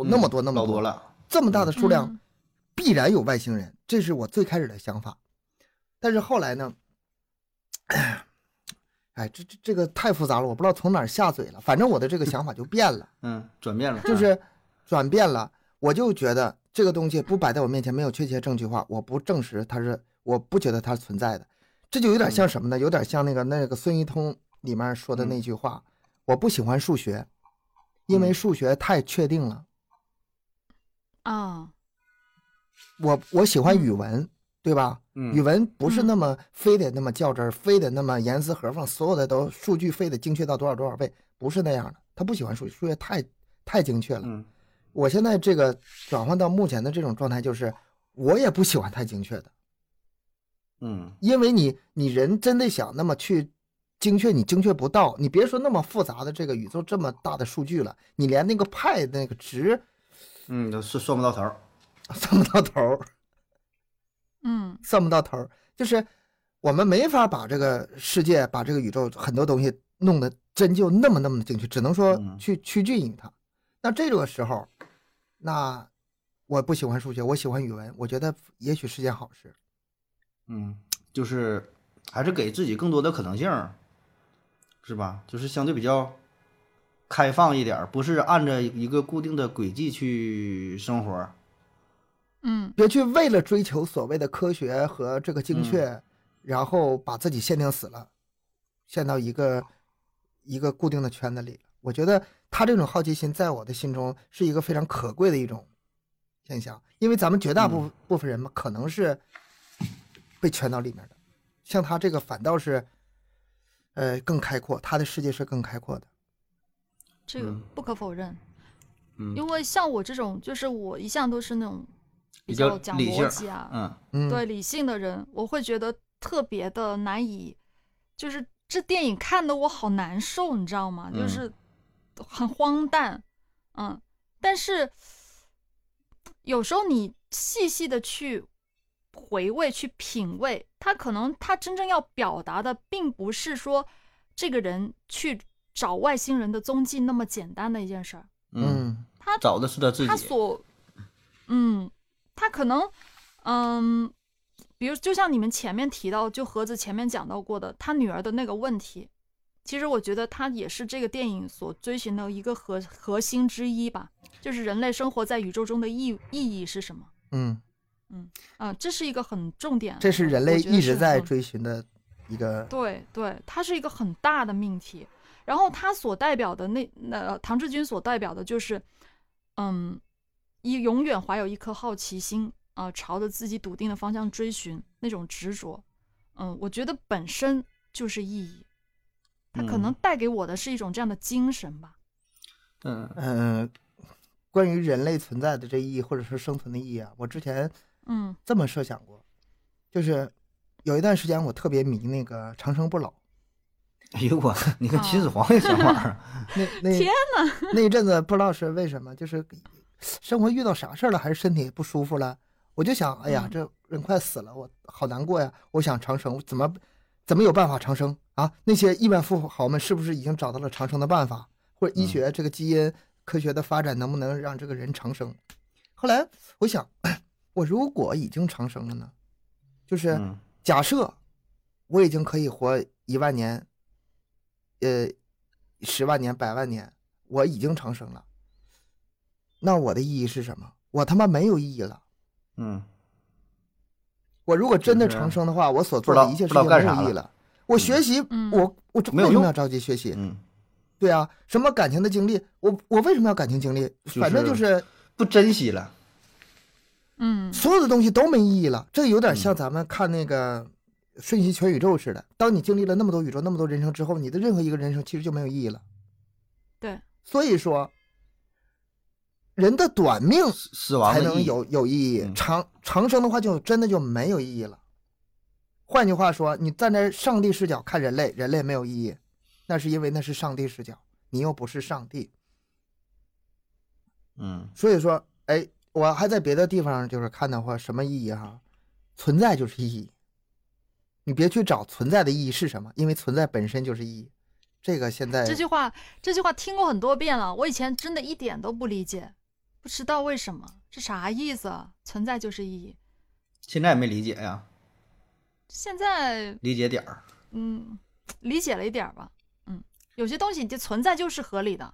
Speaker 2: 那么多那
Speaker 1: 嗯
Speaker 2: 么
Speaker 1: 老
Speaker 2: 多
Speaker 1: 多，了，
Speaker 2: 这么大的数量
Speaker 3: 嗯，
Speaker 2: 必然有外星人，这是我最开始的想法。但是后来呢，哎，哎这这这个太复杂了，我不知道从哪儿下嘴了。反正我的这个想法就变了，
Speaker 1: 嗯，转变了，
Speaker 2: 就
Speaker 1: 嗯
Speaker 2: 是转变了。我就觉得这个东西不摆在我面前，没有确切证据化，我不证实它是，我不觉得它是存在的。这就有点像什么呢？有点像那个那个孙一通里面说的那句话：“我不喜欢数学，因为
Speaker 1: 嗯
Speaker 2: 数学太确定了。”
Speaker 3: 啊，
Speaker 2: 我我喜欢语文，对吧？语
Speaker 1: 嗯
Speaker 2: 文不是
Speaker 3: 嗯
Speaker 2: 那么非得那么较真儿，非得那么严丝合缝，所有的都数据非得精确到多少多少倍，不是那样的。他不喜欢数学，数学太太精确了。
Speaker 1: 嗯
Speaker 2: 我现在这个转换到目前的这种状态，就是我也不喜欢太精确的，
Speaker 1: 嗯
Speaker 2: 因为你你人真的想那么去精确，你精确不到。你别说那么复杂的这个宇宙这么大的数据了，你连那个派那个值
Speaker 1: 嗯，都算算不到头儿，
Speaker 2: 算不到头儿。
Speaker 3: 嗯
Speaker 2: 算不到头儿，就是我们没法把这个世界、把这个宇宙很多东西弄得真就那么那么的精确，只能说
Speaker 1: 嗯
Speaker 2: 去趋近于它。那这个时候，那我不喜欢数学，我喜欢语文，我觉得也许是件好事。
Speaker 1: 嗯，就是还是给自己更多的可能性儿，是吧？就是相对比较开放一点儿，不是按着一个固定的轨迹去生活儿。
Speaker 3: 嗯
Speaker 2: 别去为了追求所谓的科学和这个精确，然后把自己限定死了，限到一个一个固定的圈子里了。我觉得他这种好奇心在我的心中是一个非常可贵的一种现象，因为咱们绝大部部分人嘛，可能是被圈到里面的，像他这个反倒是，呃，更开阔，他的世界是更开阔的。
Speaker 3: 这个
Speaker 1: 嗯
Speaker 3: 不可否认，
Speaker 1: 嗯
Speaker 3: 因为像我这种，就是我一向都是那种
Speaker 1: 比较
Speaker 3: 较讲
Speaker 1: 理性
Speaker 3: 逻辑啊，
Speaker 1: 嗯
Speaker 2: 嗯，
Speaker 3: 对理性的人，我会觉得特别的难以，就是这电影看得我好难受，你知道吗？就
Speaker 1: 嗯
Speaker 3: 是很荒诞，嗯，但是有时候你细细的去回味、去品味，他可能他真正要表达的，并不是说这个人去找外星人的踪迹那么简单的一件事儿，
Speaker 1: 嗯，
Speaker 2: 嗯，
Speaker 1: 找的是他自
Speaker 3: 他
Speaker 1: 己。
Speaker 3: 所，嗯，他可能，嗯，比如就像你们前面提到，就盒子前面讲到过的，他女儿的那个问题，其实我觉得他也是这个电影所追寻的一个核核心之一吧，就是人类生活在宇宙中的意意义是什么？
Speaker 2: 嗯，
Speaker 3: 嗯，这是一个很重点，
Speaker 2: 这是人类
Speaker 3: 我觉得
Speaker 2: 一直
Speaker 3: 是
Speaker 2: 在
Speaker 3: 很
Speaker 2: 追寻的一个，
Speaker 3: 对对，它是一个很大的命题。然后它所代表的那呃，唐志军所代表的就是，嗯，一永远怀有一颗好奇心啊、朝着自己笃定的方向追寻那种执着。嗯，我觉得本身就是意义，它可能
Speaker 1: 嗯
Speaker 3: 带给我的是一种这样的精神吧。
Speaker 1: 嗯
Speaker 2: 嗯、关于人类存在的这意义，或者是生存的意义啊，我之前
Speaker 3: 嗯
Speaker 2: 这么设想过，就是有一段时间我特别迷那个长生不老，
Speaker 1: 哎呦我，你
Speaker 3: 哦
Speaker 1: 看秦始皇也想法儿 啊，
Speaker 2: 那那
Speaker 3: 天
Speaker 2: 呐，那一阵子不知道是为什么，就是生活遇到啥事儿了，还是身体不舒服了，我就想，哎呀
Speaker 3: 嗯，
Speaker 2: 这人快死了，我好难过呀，我想长生，怎么怎么有办法长生啊？那些亿万富豪们是不是已经找到了长生的办法，或者医
Speaker 1: 嗯
Speaker 2: 学这个基因科学的发展能不能让这个人长生？后来我想， 我如果已经长生了呢，就是。
Speaker 1: 嗯
Speaker 2: 假设我已经可以活一万年，呃，十万年、百万年，我已经长生了，那我的意义是什么？我他妈没有意义了。
Speaker 1: 嗯
Speaker 2: 我如果真的
Speaker 1: 就是
Speaker 2: 长生的话，我所
Speaker 1: 不
Speaker 2: 做
Speaker 1: 知
Speaker 2: 的
Speaker 1: 道
Speaker 2: 一切事
Speaker 1: 不知道干
Speaker 2: 情没有
Speaker 1: 啥
Speaker 2: 意义
Speaker 1: 了
Speaker 2: 了。我学习，
Speaker 3: 嗯
Speaker 2: 我我
Speaker 1: 没有
Speaker 2: 为什
Speaker 1: 用
Speaker 2: 么要着急学习？
Speaker 1: 嗯，
Speaker 2: 对啊，什么感情的经历，我我为什么要感情经历？
Speaker 1: 是
Speaker 2: 反正就是
Speaker 1: 不珍惜了，
Speaker 3: 嗯
Speaker 2: 所有的东西都没意义了。这
Speaker 1: 嗯
Speaker 2: 有点像咱们看那个《瞬息全宇宙》似的。当你经历了那么多宇宙、那么多人生之后，你的任何一个人生其实就没有意义了。
Speaker 3: 对，
Speaker 2: 所以说，人的短命
Speaker 1: 死亡
Speaker 2: 才
Speaker 1: 的意
Speaker 2: 能
Speaker 1: 义。
Speaker 2: 有有意义，
Speaker 1: 嗯
Speaker 2: 长长生的话就真的就没有意义了。换句话说，你站在上帝视角看人类，人类没有意义，那是因为那是上帝视角，你又不是上帝。
Speaker 1: 嗯
Speaker 2: 所以说，哎，我还在别的地方就是看到过什么意义哈、存在就是意义，你别去找存在的意义是什么，因为存在本身就是意义。这个现在
Speaker 3: 这句话这句话听过很多遍了，我以前真的一点都不理解，不知道为什么，这啥意思啊？存在就是意义。
Speaker 1: 现在也没理解呀，
Speaker 3: 现在
Speaker 1: 理解点儿。
Speaker 3: 嗯，理解了一点儿吧。嗯，有些东西的存在就是合理的，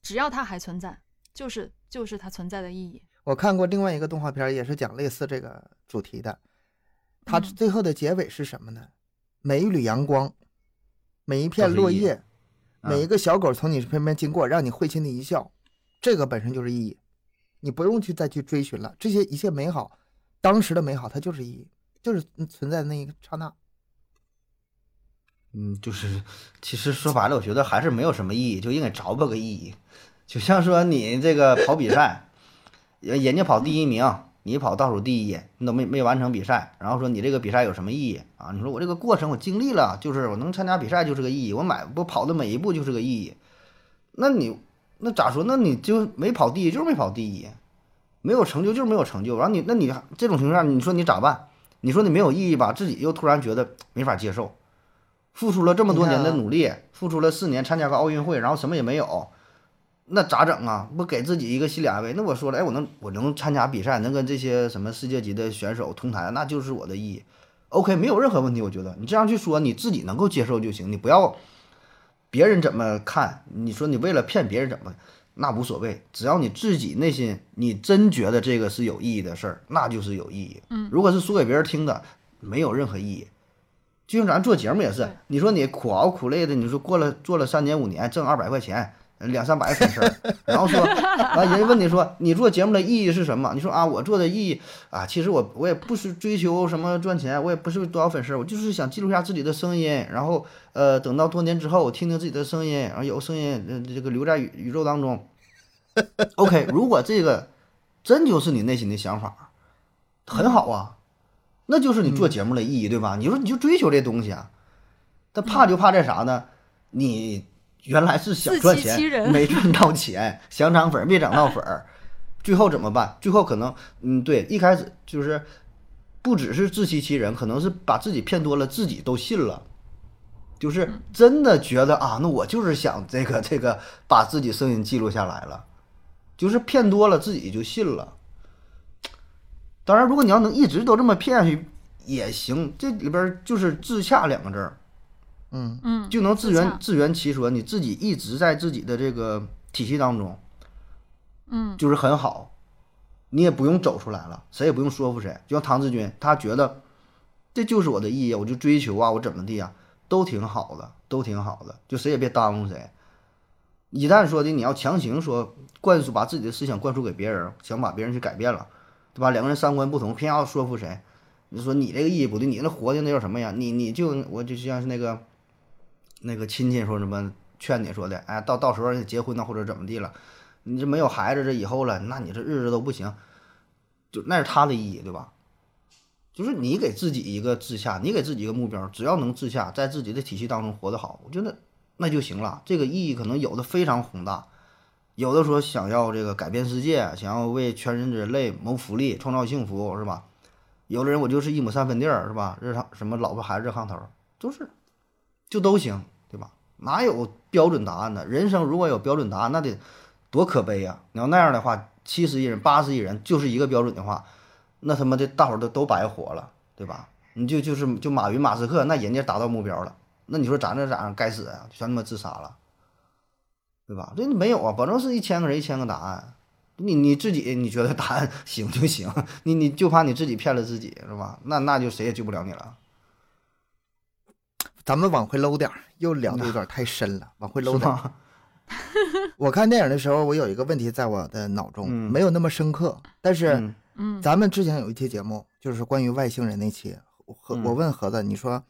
Speaker 3: 只要它还存在，就是就是它存在的意义。
Speaker 2: 我看过另外一个动画片儿，也是讲类似这个主题的。它
Speaker 3: 嗯
Speaker 2: 最后的结尾是什么呢？每一缕阳光，每一片落
Speaker 1: 都是意义
Speaker 2: 叶，
Speaker 1: 嗯
Speaker 2: 每一个小狗从你身边经过，让你会心的一笑，这个本身就是意义。你不用去再去追寻了，这些一切美好，当时的美好，它就是意义，就是存在的那一刹那。
Speaker 1: 嗯，就是其实说白了，我觉得还是没有什么意义，就应该找吧个意义。就像说你这个跑比赛，人人家跑第一名，你跑倒数第一，你都没没完成比赛，然后说你这个比赛有什么意义啊？你说我这个过程我经历了，就是我能参加比赛就是个意义，我买我跑的每一步就是个意义。那你那咋说？那你就没跑第一，就是没跑第一，没有成就就是没有成就。然后你那你这种情况下，你说你咋办？你说你没有意义吧，自己又突然觉得没法接受，付出了这么多年的努力，付出了四年参加个奥运会，然后什么也没有，那咋整啊？不给自己一个心理安慰？那我说了，哎，我能我能参加比赛，能跟这些什么世界级的选手同台，那就是我的意义。OK，没有任何问题，我觉得你这样去说，你自己能够接受就行，你不要别人怎么看。你说你为了骗别人怎么，那无所谓，只要你自己内心你真觉得这个是有意义的事儿，那就是有意义。
Speaker 3: 嗯
Speaker 1: 如果是说给别人听的，没有任何意义。就像咱做节目也是
Speaker 3: 对，
Speaker 1: 你说你苦熬苦累的，你说过了做了三年五年，挣二百块钱，两三百粉丝儿，然后说，完人家问你说你做节目的意义是什么？你说啊，我做的意义啊，其实我我也不是追求什么赚钱，我也不是多少粉丝，我就是想记录下自己的声音，然后呃，等到多年之后，我听听自己的声音，然后有声音呃这个留在宇宇宙当中。OK，如果这个真就是你内心的想法，很好啊，那就是你做节目的意义，
Speaker 3: 嗯
Speaker 1: 对吧？你说你就追求这东西啊，但怕就怕在啥呢？你原来是想
Speaker 3: 自
Speaker 1: 赚
Speaker 3: 欺欺
Speaker 1: 钱，
Speaker 3: 人
Speaker 1: 没赚到 钱，想涨粉儿没涨到粉儿，最后怎么办？最后可能，嗯，对，一开始就是不只是自欺欺人，可能是把自己骗多了，自己都信了。就是
Speaker 3: 嗯
Speaker 1: 真的觉得啊，那我就是想这个这个把自己声音记录下来了，就是骗多了自己就信了。当然，如果你要能一直都这么骗下去也行，这里边儿就是自洽两个字儿，
Speaker 2: 嗯，
Speaker 3: 嗯，
Speaker 1: 就能自
Speaker 3: 自
Speaker 1: 圆
Speaker 3: 洽
Speaker 1: 自圆其说。你自己一直在自己的这个体系当中，
Speaker 3: 嗯
Speaker 1: 就是很好，你也不用走出来了，谁也不用说服谁。就像唐志军，他觉得这就是我的意义，我就追求啊，我怎么地啊，都挺好的，都挺好的，就谁也别耽误谁。一旦说的你要强行说灌输，把自己的思想灌输给别人，想把别人去改变了，对吧？两个人三观不同，偏要说服谁？你说你这个意义不对，你那活的那叫什么呀？你你就我就像是那个那个亲戚说什么劝你说的，哎，到到时候结婚呢或者怎么地了，你这没有孩子这以后了，那你这日子都不行，就那是他的意义，对吧？就是你给自己一个自洽，你给自己一个目标，只要能自洽，在自己的体系当中活得好，我觉得那就行了。这个意义可能有的非常宏大，有的说想要这个改变世界，想要为全人类谋福利、创造幸福，是吧？有的人我就是一亩三分地儿，是吧？热炕什么老婆孩子热炕头，就是就都行，对吧？哪有标准答案呢？人生如果有标准答案，那得多可悲呀、你要那样的话，七十亿人、八十亿人就是一个标准的话，那他妈的大伙儿都都白活了，对吧？你就就是就马云、马斯克，那人家达到目标了，那你说咱这咋样？该死啊，全他妈自杀了，对吧？这没有啊，保证是一千个人一千个答案。你你自己你觉得答案 行就行，你你就怕你自己骗了自己是吧？那那就谁也救不了你了，
Speaker 2: 咱们往回搂点儿，又聊的有点太深了，往回
Speaker 1: 是
Speaker 2: 搂点儿。
Speaker 1: 吧？
Speaker 2: 我看电影的时候，我有一个问题在我的脑中，
Speaker 1: 嗯
Speaker 2: 没有那么深刻，但是。
Speaker 1: 嗯
Speaker 3: 嗯
Speaker 2: 咱们之前有一期节目，就是关于外星人那期，我和
Speaker 1: 嗯
Speaker 2: 我问盒子，你说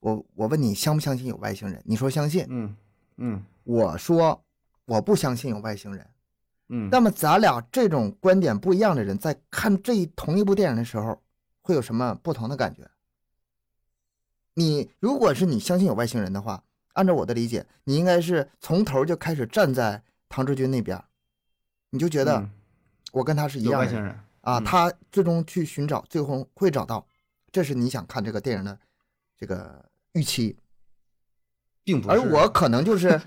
Speaker 2: 我我问你相不相信有外星人？你说相信，
Speaker 1: 嗯嗯
Speaker 2: 我说我不相信有外星人。
Speaker 1: 嗯，
Speaker 2: 那么咱俩这种观点不一样的人，在看这一同一部电影的时候，会有什么不同的感觉？你如果是你相信有外星人的话，按照我的理解，你应该是从头就开始站在唐志军那边，你就觉得
Speaker 1: 嗯
Speaker 2: 我跟他是一
Speaker 1: 有
Speaker 2: 样
Speaker 1: 外
Speaker 2: 的人
Speaker 1: 星人，
Speaker 2: 啊，
Speaker 1: 嗯
Speaker 2: 他最终去寻找，最后会找到，这是你想看这个电影的这个预期，
Speaker 1: 并不是。
Speaker 2: 而 我可能就是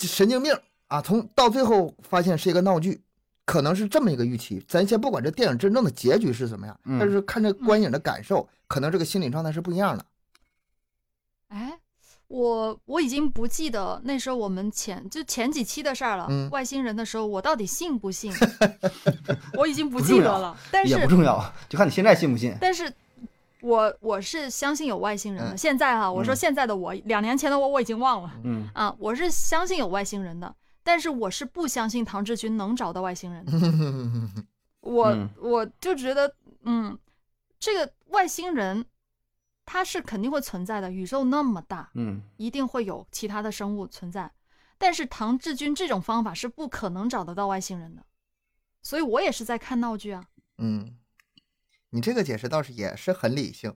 Speaker 2: 神经病啊，从到最后发现是一个闹剧，可能是这么一个预期。咱先不管这电影真正的结局是怎么样，
Speaker 1: 嗯
Speaker 2: 但是看这观影的感受，可能这个心理状态是不一样的。
Speaker 3: 哎，我我已经不记得那时候我们前就前几期的事儿了。
Speaker 2: 嗯
Speaker 3: 外星人的时候，我到底信 不信？我已经不
Speaker 1: 不
Speaker 3: 记
Speaker 1: 重
Speaker 3: 得
Speaker 1: 要
Speaker 3: 了。但
Speaker 1: 也
Speaker 3: 是
Speaker 1: 不重要，就看你现在信不信。
Speaker 3: 但是我我是相信有外星人的。
Speaker 2: 嗯
Speaker 3: 现在哈、我说
Speaker 1: 嗯
Speaker 3: 现在的我，两年前的我我已经忘了
Speaker 1: 嗯，
Speaker 3: 啊，我是相信有外星人的，但是我是不相信唐志军能找到外星人的。我、
Speaker 1: 嗯
Speaker 3: 我就觉得，嗯，这个外星人他是肯定会存在的，宇宙那么大，
Speaker 1: 嗯，
Speaker 3: 一定会有其他的生物存在。但是唐志军这种方法是不可能找得到外星人的，所以我也是在看闹剧啊。
Speaker 2: 嗯，你这个解释倒是也是很理性。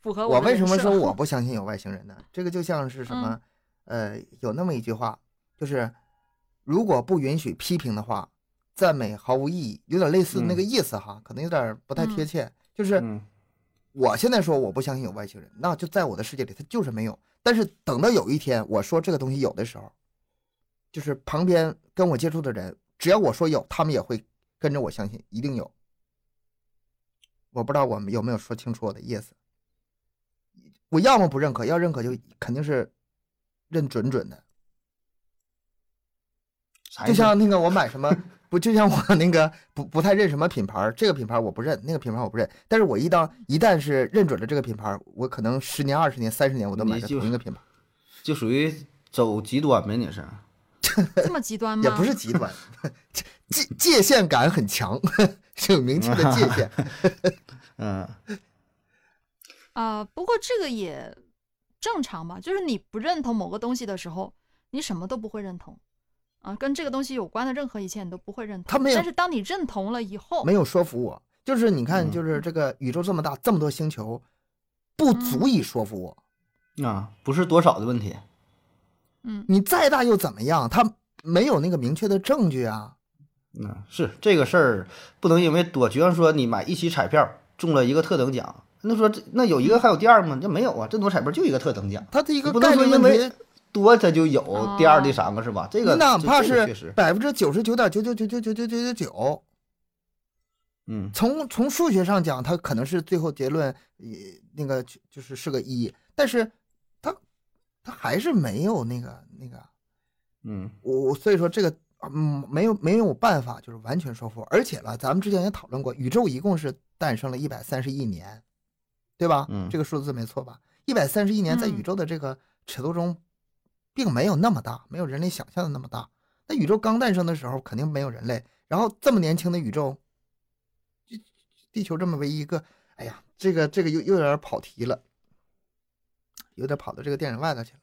Speaker 3: 符合
Speaker 2: 我
Speaker 3: 的
Speaker 2: 为
Speaker 3: 人
Speaker 2: 什么
Speaker 3: 设
Speaker 2: 说 我不相信有外星人呢？这个就像是什么，
Speaker 3: 嗯
Speaker 2: 呃，有那么一句话，就是如果不允许批评的话，赞美毫无意义，有点类似那个意思哈，可能有点不太贴
Speaker 3: 嗯
Speaker 2: 切。就是
Speaker 1: 嗯
Speaker 2: 我现在说我不相信有外星人，那就在我的世界里它就是没有。但是等到有一天我说这个东西有的时候，就是旁边跟我接触的人，只要我说有，他们也会跟着我相信一定有。我不知道我们有没有说清楚我的意思。我要么不认可，要认可就肯定是认准准的。
Speaker 1: 啥意
Speaker 2: 就
Speaker 1: 思
Speaker 2: 像那个我买什么不，就像我那个不不太认什么品牌儿，这个品牌我不认，那个品牌我不认。但是我一当一旦是认准了这个品牌儿，我可能十年、二十年、三十年我都买
Speaker 1: 你
Speaker 2: 着
Speaker 1: 就
Speaker 2: 同一个品牌，
Speaker 1: 就属于走极端呗，你是？
Speaker 3: 这么极
Speaker 1: 嗯
Speaker 3: 端吗？
Speaker 2: 也不是极端，界界限感很强， 是有明确的界限。
Speaker 1: 嗯
Speaker 3: 啊、不过这个也正常吧，就是你不认同某个东西的时候，你什么都不会认同啊，跟这个东西有关的任何一切你都不会认同。
Speaker 2: 他没有
Speaker 3: 但是当你认同了以后，
Speaker 2: 没有说服我。就是你看，
Speaker 1: 嗯
Speaker 2: 就是这个宇宙这么大，这么多星球，不足以说服我。
Speaker 1: 啊，不是多少的问题。
Speaker 3: 嗯，
Speaker 2: 你再大又怎么样？它没有那个明确的证据啊。
Speaker 1: 嗯，是这个事儿不能因为多，就像说你买一期彩票中了一个特等奖，那说这那有一个还有第二吗？这没有啊，这多彩票就一个特等奖，
Speaker 2: 它的嗯一个
Speaker 1: 不能
Speaker 2: 概率
Speaker 1: 说因
Speaker 2: 问
Speaker 1: 为
Speaker 2: 题，
Speaker 1: 多它就有
Speaker 3: 哦
Speaker 1: 第二、第三个是吧？这
Speaker 2: 你
Speaker 1: 个
Speaker 2: 哪
Speaker 1: 这
Speaker 2: 怕
Speaker 1: 这个
Speaker 2: 是
Speaker 1: 确实，
Speaker 2: 百分之九十九点九九九九九九九九九，
Speaker 1: 嗯
Speaker 2: 从从数学上讲，它可能是最后结论，呃，那个就就是是个一，但是它它还是没有那个那个，
Speaker 1: 嗯
Speaker 2: 我我所以说这个嗯没有没有办法，就是完全说服我。而且了，咱们之前也讨论过，宇宙一共是诞生了一百三十亿年，对吧？
Speaker 1: 嗯
Speaker 2: 这个数字没错吧？一百三十亿年在宇
Speaker 3: 嗯
Speaker 2: 宙的这个尺度中，并没有那么大，没有人类想象的那么大。那宇宙刚诞生的时候，肯定没有人类。然后这么年轻的宇宙，地球这么唯一一个，哎呀，这个这个又又有点跑题了，有点跑到这个电影外头去了。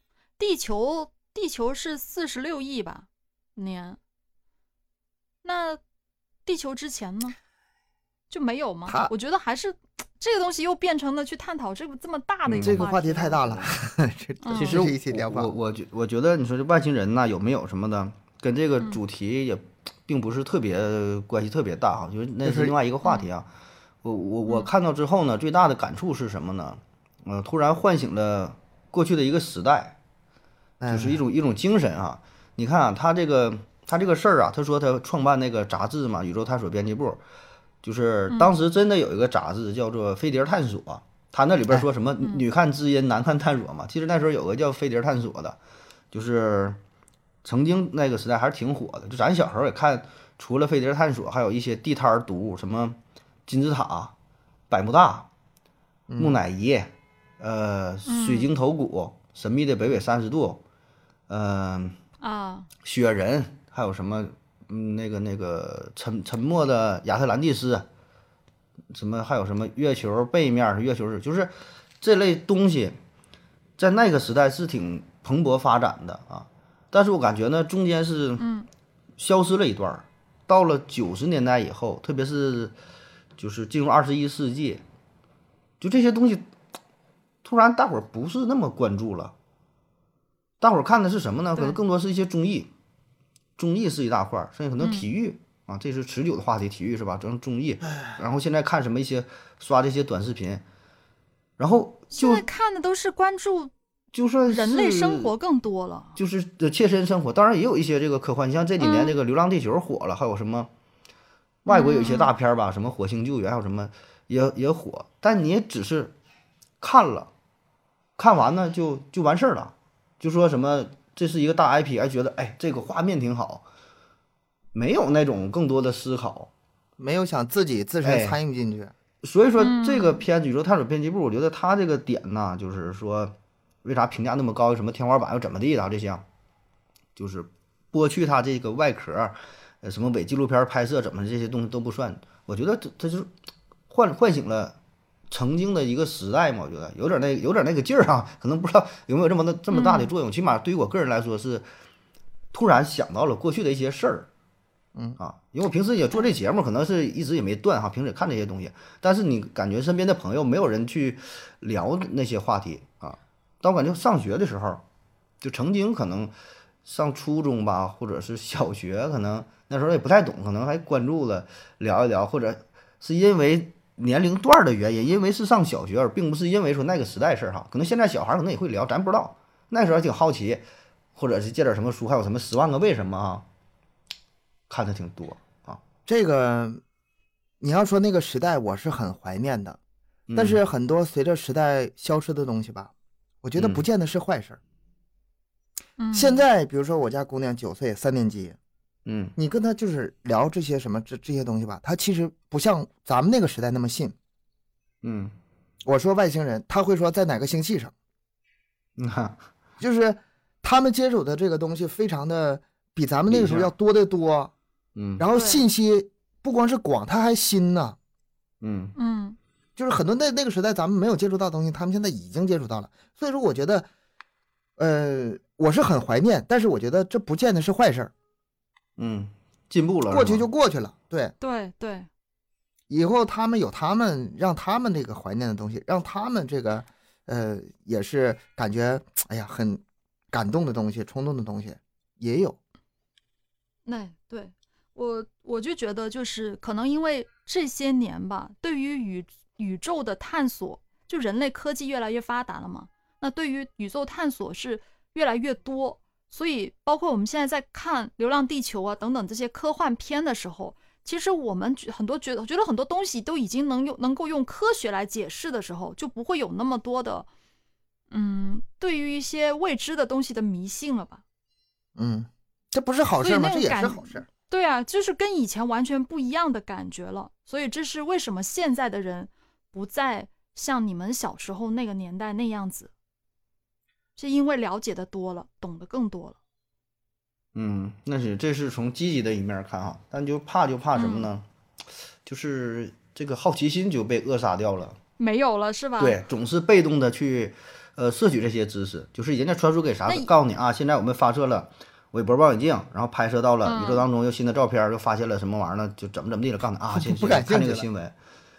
Speaker 3: 地球地球是四十六亿吧年，那地球之前呢就没有吗
Speaker 2: 它？
Speaker 3: 我觉得还是这个东西又变成了去探讨这个这么大的一
Speaker 1: 嗯
Speaker 3: 个
Speaker 2: 这个话题
Speaker 3: 题
Speaker 2: 太大了，这
Speaker 3: 嗯
Speaker 1: 其
Speaker 2: 这
Speaker 1: 实
Speaker 2: 是一期聊不
Speaker 1: 我
Speaker 2: 好
Speaker 1: 我我觉我觉得你说这外星人呐有没有什么的，跟这个
Speaker 3: 嗯
Speaker 1: 主题也并不是特别关系特别大哈，就是那
Speaker 2: 就是
Speaker 1: 是另外一个话题啊。我我我
Speaker 3: 嗯
Speaker 1: 看到之后呢，最大的感触是什么呢？呃，突然唤醒了过去的一个时代，
Speaker 2: 嗯
Speaker 1: 就是一种一种精神啊。你看啊，他这个他这个事儿啊，他说他创办那个杂志嘛，《宇宙探索编辑部》，就是当时真的有一个杂志叫做《飞碟探索》，他那里边说什么“女看知音，男看探索”嘛。其实那时候有个叫《飞碟探索》的，就是曾经那个时代还是挺火的。就咱小时候也看，除了《飞碟探索》，还有一些地摊儿读物，什么金字塔、百慕大、木乃伊，呃，水晶头骨、神秘的北纬三十度，嗯、
Speaker 3: 啊，
Speaker 1: 雪人，还有什么嗯那个那个沉沉默的亚特兰蒂斯，啊什么还有什么月球背面月球是就是这类东西，在那个时代是挺蓬勃发展的啊。但是我感觉呢，中间是
Speaker 3: 嗯
Speaker 1: 消失了一段儿，到了九十年代以后，特别是就是进入二十一世纪，就这些东西突然大伙儿不是那么关注了。大伙儿看的是什么呢？可能
Speaker 3: 对
Speaker 1: 更多是一些综艺，综艺是一大块儿，剩下很多体育、啊，这是持久的话题，体育是吧？整综艺，然后现在看什么一些刷这些短视频，然后就
Speaker 3: 现在看的都是关注
Speaker 1: 就算是
Speaker 3: 人类生活更多了。
Speaker 1: 就是呃切身生活，当然也有一些这个科幻，像这几年
Speaker 3: 嗯
Speaker 1: 这个《流浪地球》火了，还有什么外国有
Speaker 3: 嗯
Speaker 1: 一些大片儿吧，什么《火星救援》，还有什么也也火，但你也只是看了，看完呢就就完事儿了，就说什么这是一个大 IP，还觉得哎这个画面挺好，没有那种更多的思考，
Speaker 2: 没有想自己自
Speaker 1: 哎
Speaker 2: 身参与进去。
Speaker 1: 所以说这个片子《宇宙探索编辑部》，我觉得他这个点呢，就是说为啥评价那么高，什么天花板又怎么地的啊这些啊，就是剥去他这个外壳，呃，什么伪纪录片拍摄怎么这些东西都不算，我觉得这这就是唤唤醒了。曾经的一个时代嘛，我觉得有点那有点那个劲儿啊，可能不知道有没有这么的这么大的作用。起码对于我个人来说是，突然想到了过去的一些事儿，
Speaker 2: 嗯
Speaker 1: 啊，因为我平时也做这节目，可能是一直也没断哈，平时也看这些东西，但是你感觉身边的朋友没有人去聊那些话题啊。但我感觉上学的时候，就曾经可能上初中吧，或者是小学，可能那时候也不太懂，可能还关注了聊一聊，或者是因为年龄段儿的原因，因为是上小学，而并不是因为说那个时代事儿哈。可能现在小孩儿可能也会聊，咱不知道。那时候还挺好奇，或者是借点什么书，还有什么《十万个为什么》啊，看的挺多。
Speaker 2: 这个你要说那个时代，我是很怀念的，
Speaker 1: 嗯
Speaker 2: 但是很多随着时代消失的东西吧，我觉得不
Speaker 1: 嗯
Speaker 2: 见得是坏事儿。
Speaker 3: 嗯，
Speaker 2: 现在比如说我家姑娘九岁，三年级，
Speaker 1: 嗯
Speaker 2: 你跟她就是聊这些什么这这些东西吧，她其实不像咱们那个时代那么信。
Speaker 1: 嗯，
Speaker 2: 我说外星人，她会说在哪个星系上，
Speaker 1: 你看，
Speaker 2: 就是他们接触的这个东西非常的比咱们那个时候
Speaker 1: 理性
Speaker 2: 要多得多，
Speaker 1: 嗯，
Speaker 2: 然后
Speaker 3: 对
Speaker 2: 信息不光是广，它还新呢。
Speaker 1: 嗯。
Speaker 3: 嗯，
Speaker 2: 就是很多那那个时代咱们没有接触到的东西，他们现在已经接触到了。所以说，我觉得，呃，我是很怀念，但是我觉得这不见得是坏事儿，
Speaker 1: 嗯，进步了是吧，
Speaker 2: 过去就过去了。对，
Speaker 3: 对对，
Speaker 2: 以后他们有他们让他们这个怀念的东西，让他们这个，呃，也是感觉哎呀很感动的东西，冲动的东西也有。
Speaker 3: 那对我我就觉得就是可能因为这些年吧，对于宇宇宙的探索，就人类科技越来越发达了嘛，那对于宇宙探索是越来越多，所以包括我们现在在看《流浪地球》啊等等这些科幻片的时候。其实我们觉很多觉得觉得很多东西都已经能用能够用科学来解释的时候，就不会有那么多的，嗯，对于一些未知的东西的迷信了吧？
Speaker 2: 嗯，这不是好事儿吗？这
Speaker 3: 所以那种
Speaker 2: 也是
Speaker 3: 感
Speaker 2: 好事儿。
Speaker 3: 对啊，就是跟以前完全不一样的感觉了。所以这是为什么现在的人不再像你们小时候那个年代那样子，是因为了解的多了，懂得更多了。
Speaker 1: 嗯，那是这是从积极的一面儿看哈，但就怕就怕什么
Speaker 3: 嗯
Speaker 1: 呢？就是这个好奇心就被扼杀掉了，
Speaker 3: 没有了是吧？，
Speaker 1: 对，总是被动的去呃摄取这些知识，就是人家传输给啥
Speaker 3: 那，你
Speaker 1: 告诉你啊，现在我们发射了。韦伯望远镜，然后拍摄到了
Speaker 3: 嗯
Speaker 1: 宇宙当中又新的照片，又发现了什么玩意儿呢？就怎么怎么地了？告诉你 啊，现
Speaker 2: 不感
Speaker 1: 看这个
Speaker 2: 兴趣了
Speaker 1: 新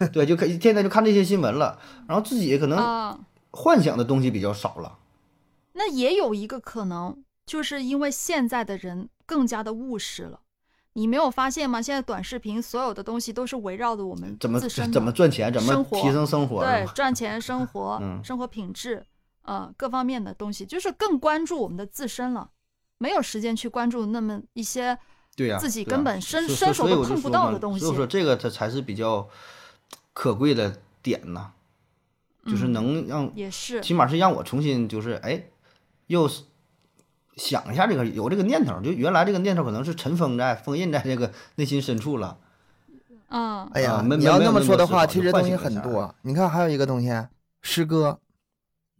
Speaker 1: 闻，对，就可以现在就看这些新闻了。然后自己可能
Speaker 3: 啊、
Speaker 1: 幻想的东西比较少了，
Speaker 3: 那也有一个可能，就是因为现在的人更加的务实了。你没有发现吗？现在短视频所有的东西都是围绕着我们
Speaker 1: 怎么
Speaker 3: 自身的
Speaker 1: 怎么赚钱，怎么
Speaker 3: 生活
Speaker 1: 提升生活，
Speaker 3: 对，赚钱、生活、
Speaker 1: 嗯
Speaker 3: 生活品质，呃，各方面的东西，就是更关注我们的自身了，没有时间去关注那么一些
Speaker 1: 对呀、
Speaker 3: 自己
Speaker 1: 对呀
Speaker 3: 根本伸
Speaker 1: 所以
Speaker 3: 伸手
Speaker 1: 所以
Speaker 3: 都
Speaker 1: 我就
Speaker 3: 碰不
Speaker 1: 说
Speaker 3: 到
Speaker 1: 嘛
Speaker 3: 的东
Speaker 1: 所以我
Speaker 3: 西
Speaker 1: 说这个它才是比较可贵的点呐、就是
Speaker 3: 嗯
Speaker 1: 能让，
Speaker 3: 也是，
Speaker 1: 起码是让我重新就是哎，又是想一下这个有这个念头，就原来这个念头可能是尘封在封印在这个内心深处了。
Speaker 3: 嗯，
Speaker 2: 哎
Speaker 1: 啊
Speaker 2: 呀，
Speaker 1: 没
Speaker 2: 你要
Speaker 1: 没有
Speaker 2: 那
Speaker 1: 那
Speaker 2: 么
Speaker 1: 么
Speaker 2: 说的
Speaker 1: 思
Speaker 2: 话，
Speaker 1: 考
Speaker 2: 其
Speaker 1: 就
Speaker 2: 实
Speaker 1: 唤
Speaker 2: 东西
Speaker 1: 醒一
Speaker 2: 很
Speaker 1: 下
Speaker 2: 多。你看，还有一个东西，诗歌。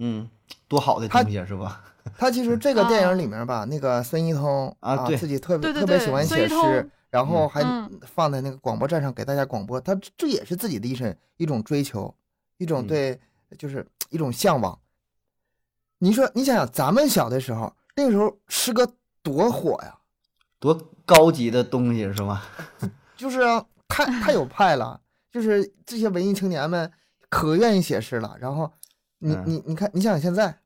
Speaker 1: 嗯，多好的
Speaker 2: 它
Speaker 1: 东西啊是吧？
Speaker 2: 他其实这个电影里面吧，那个孙一通
Speaker 1: 啊对
Speaker 2: 自己特别
Speaker 3: 哦对对
Speaker 2: 特别
Speaker 3: 对
Speaker 2: 喜欢
Speaker 3: 孙
Speaker 2: 写
Speaker 3: 一通
Speaker 2: 诗，然后还
Speaker 3: 嗯
Speaker 2: 放在那个广播站上给大家广播，他这这也是自己的一生一种追求，一种
Speaker 1: 嗯
Speaker 2: 对，就是一种向往。你说，你想想，咱们小的时候，那个时候诗歌多火呀，
Speaker 1: 多高级的东西是吧？
Speaker 2: 就是啊太太有派了，就是这些文艺青年们可愿意写诗了。然后你
Speaker 1: 嗯
Speaker 2: 你你看，你想想现在，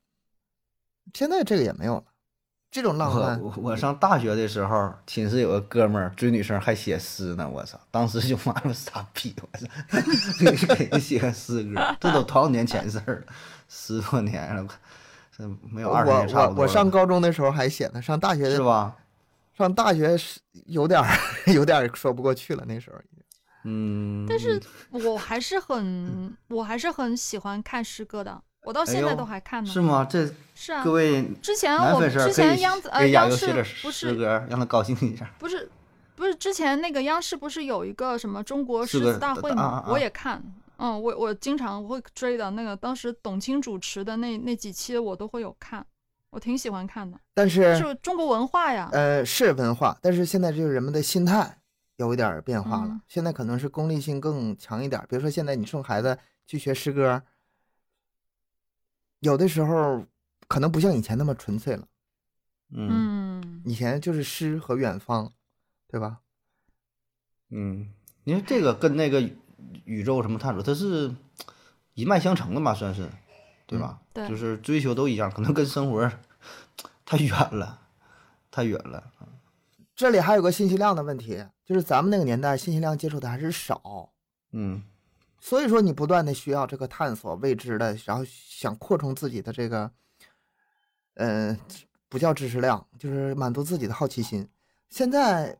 Speaker 2: 现在这个也没有了，这种浪
Speaker 1: 我
Speaker 2: 漫，
Speaker 1: 我我上大学的时候，寝室有个哥们儿追女生还写诗呢，我操！当时就骂他傻逼，我 操！给人写个诗歌，这都多少年前事儿了，十多年了，这没有
Speaker 2: 我
Speaker 1: 二十年差
Speaker 2: 我
Speaker 1: 不多
Speaker 2: 我
Speaker 1: 了
Speaker 2: 上高中的时候还写呢，上大学
Speaker 1: 是吧？
Speaker 2: 上大学是有点儿 有点儿说不过去了，那时候已经
Speaker 1: 嗯，
Speaker 3: 但是我还是很，我还是很喜欢看诗歌的，我到
Speaker 1: 哎
Speaker 3: 现在
Speaker 1: 呦
Speaker 3: 都还看呢。
Speaker 1: 是吗？这
Speaker 3: 是啊
Speaker 1: 各，位
Speaker 3: 之前
Speaker 1: 男
Speaker 3: 我
Speaker 1: 粉丝儿
Speaker 3: 之
Speaker 1: 可
Speaker 3: 前
Speaker 1: 以
Speaker 3: 央子呃
Speaker 1: 给亚
Speaker 3: 央
Speaker 1: 优写
Speaker 3: 视
Speaker 1: 点
Speaker 3: 不
Speaker 1: 诗
Speaker 3: 是
Speaker 1: 歌，让他高兴一下。
Speaker 3: 不是不是之前那个央视不是有一个什么中国
Speaker 1: 是
Speaker 3: 诗
Speaker 1: 个
Speaker 3: 词大
Speaker 1: 大
Speaker 3: 会
Speaker 1: 大啊
Speaker 3: 吗
Speaker 1: 啊？
Speaker 3: 我也看，嗯，我我经常会追的那个，当时董卿主持的那那几期我都会有看，我挺喜欢看的，
Speaker 2: 但是
Speaker 3: 就中国文化呀，
Speaker 2: 呃是文化，但是现在就是人们的心态有一点儿变化了，
Speaker 3: 嗯
Speaker 2: 现在可能是功利性更强一点儿。比如说现在你送孩子去学诗歌，有的时候可能不像以前那么纯粹了，
Speaker 1: 嗯
Speaker 3: 嗯，
Speaker 2: 以前就是诗和远方，对吧？
Speaker 1: 嗯，因为这个跟那个宇宙什么探索，它是一脉相承的嘛，算是对吧？
Speaker 3: 嗯对
Speaker 1: 就是追求都一样，可能跟生活 太远了，太远了。
Speaker 2: 这里还有个信息量的问题，就是咱们那个年代信息量接触的还是少，
Speaker 1: 嗯，
Speaker 2: 所以说你不断的需要这个探索未知的，然后想扩充自己的这个，呃，不叫知识量，就是满足自己的好奇心。现在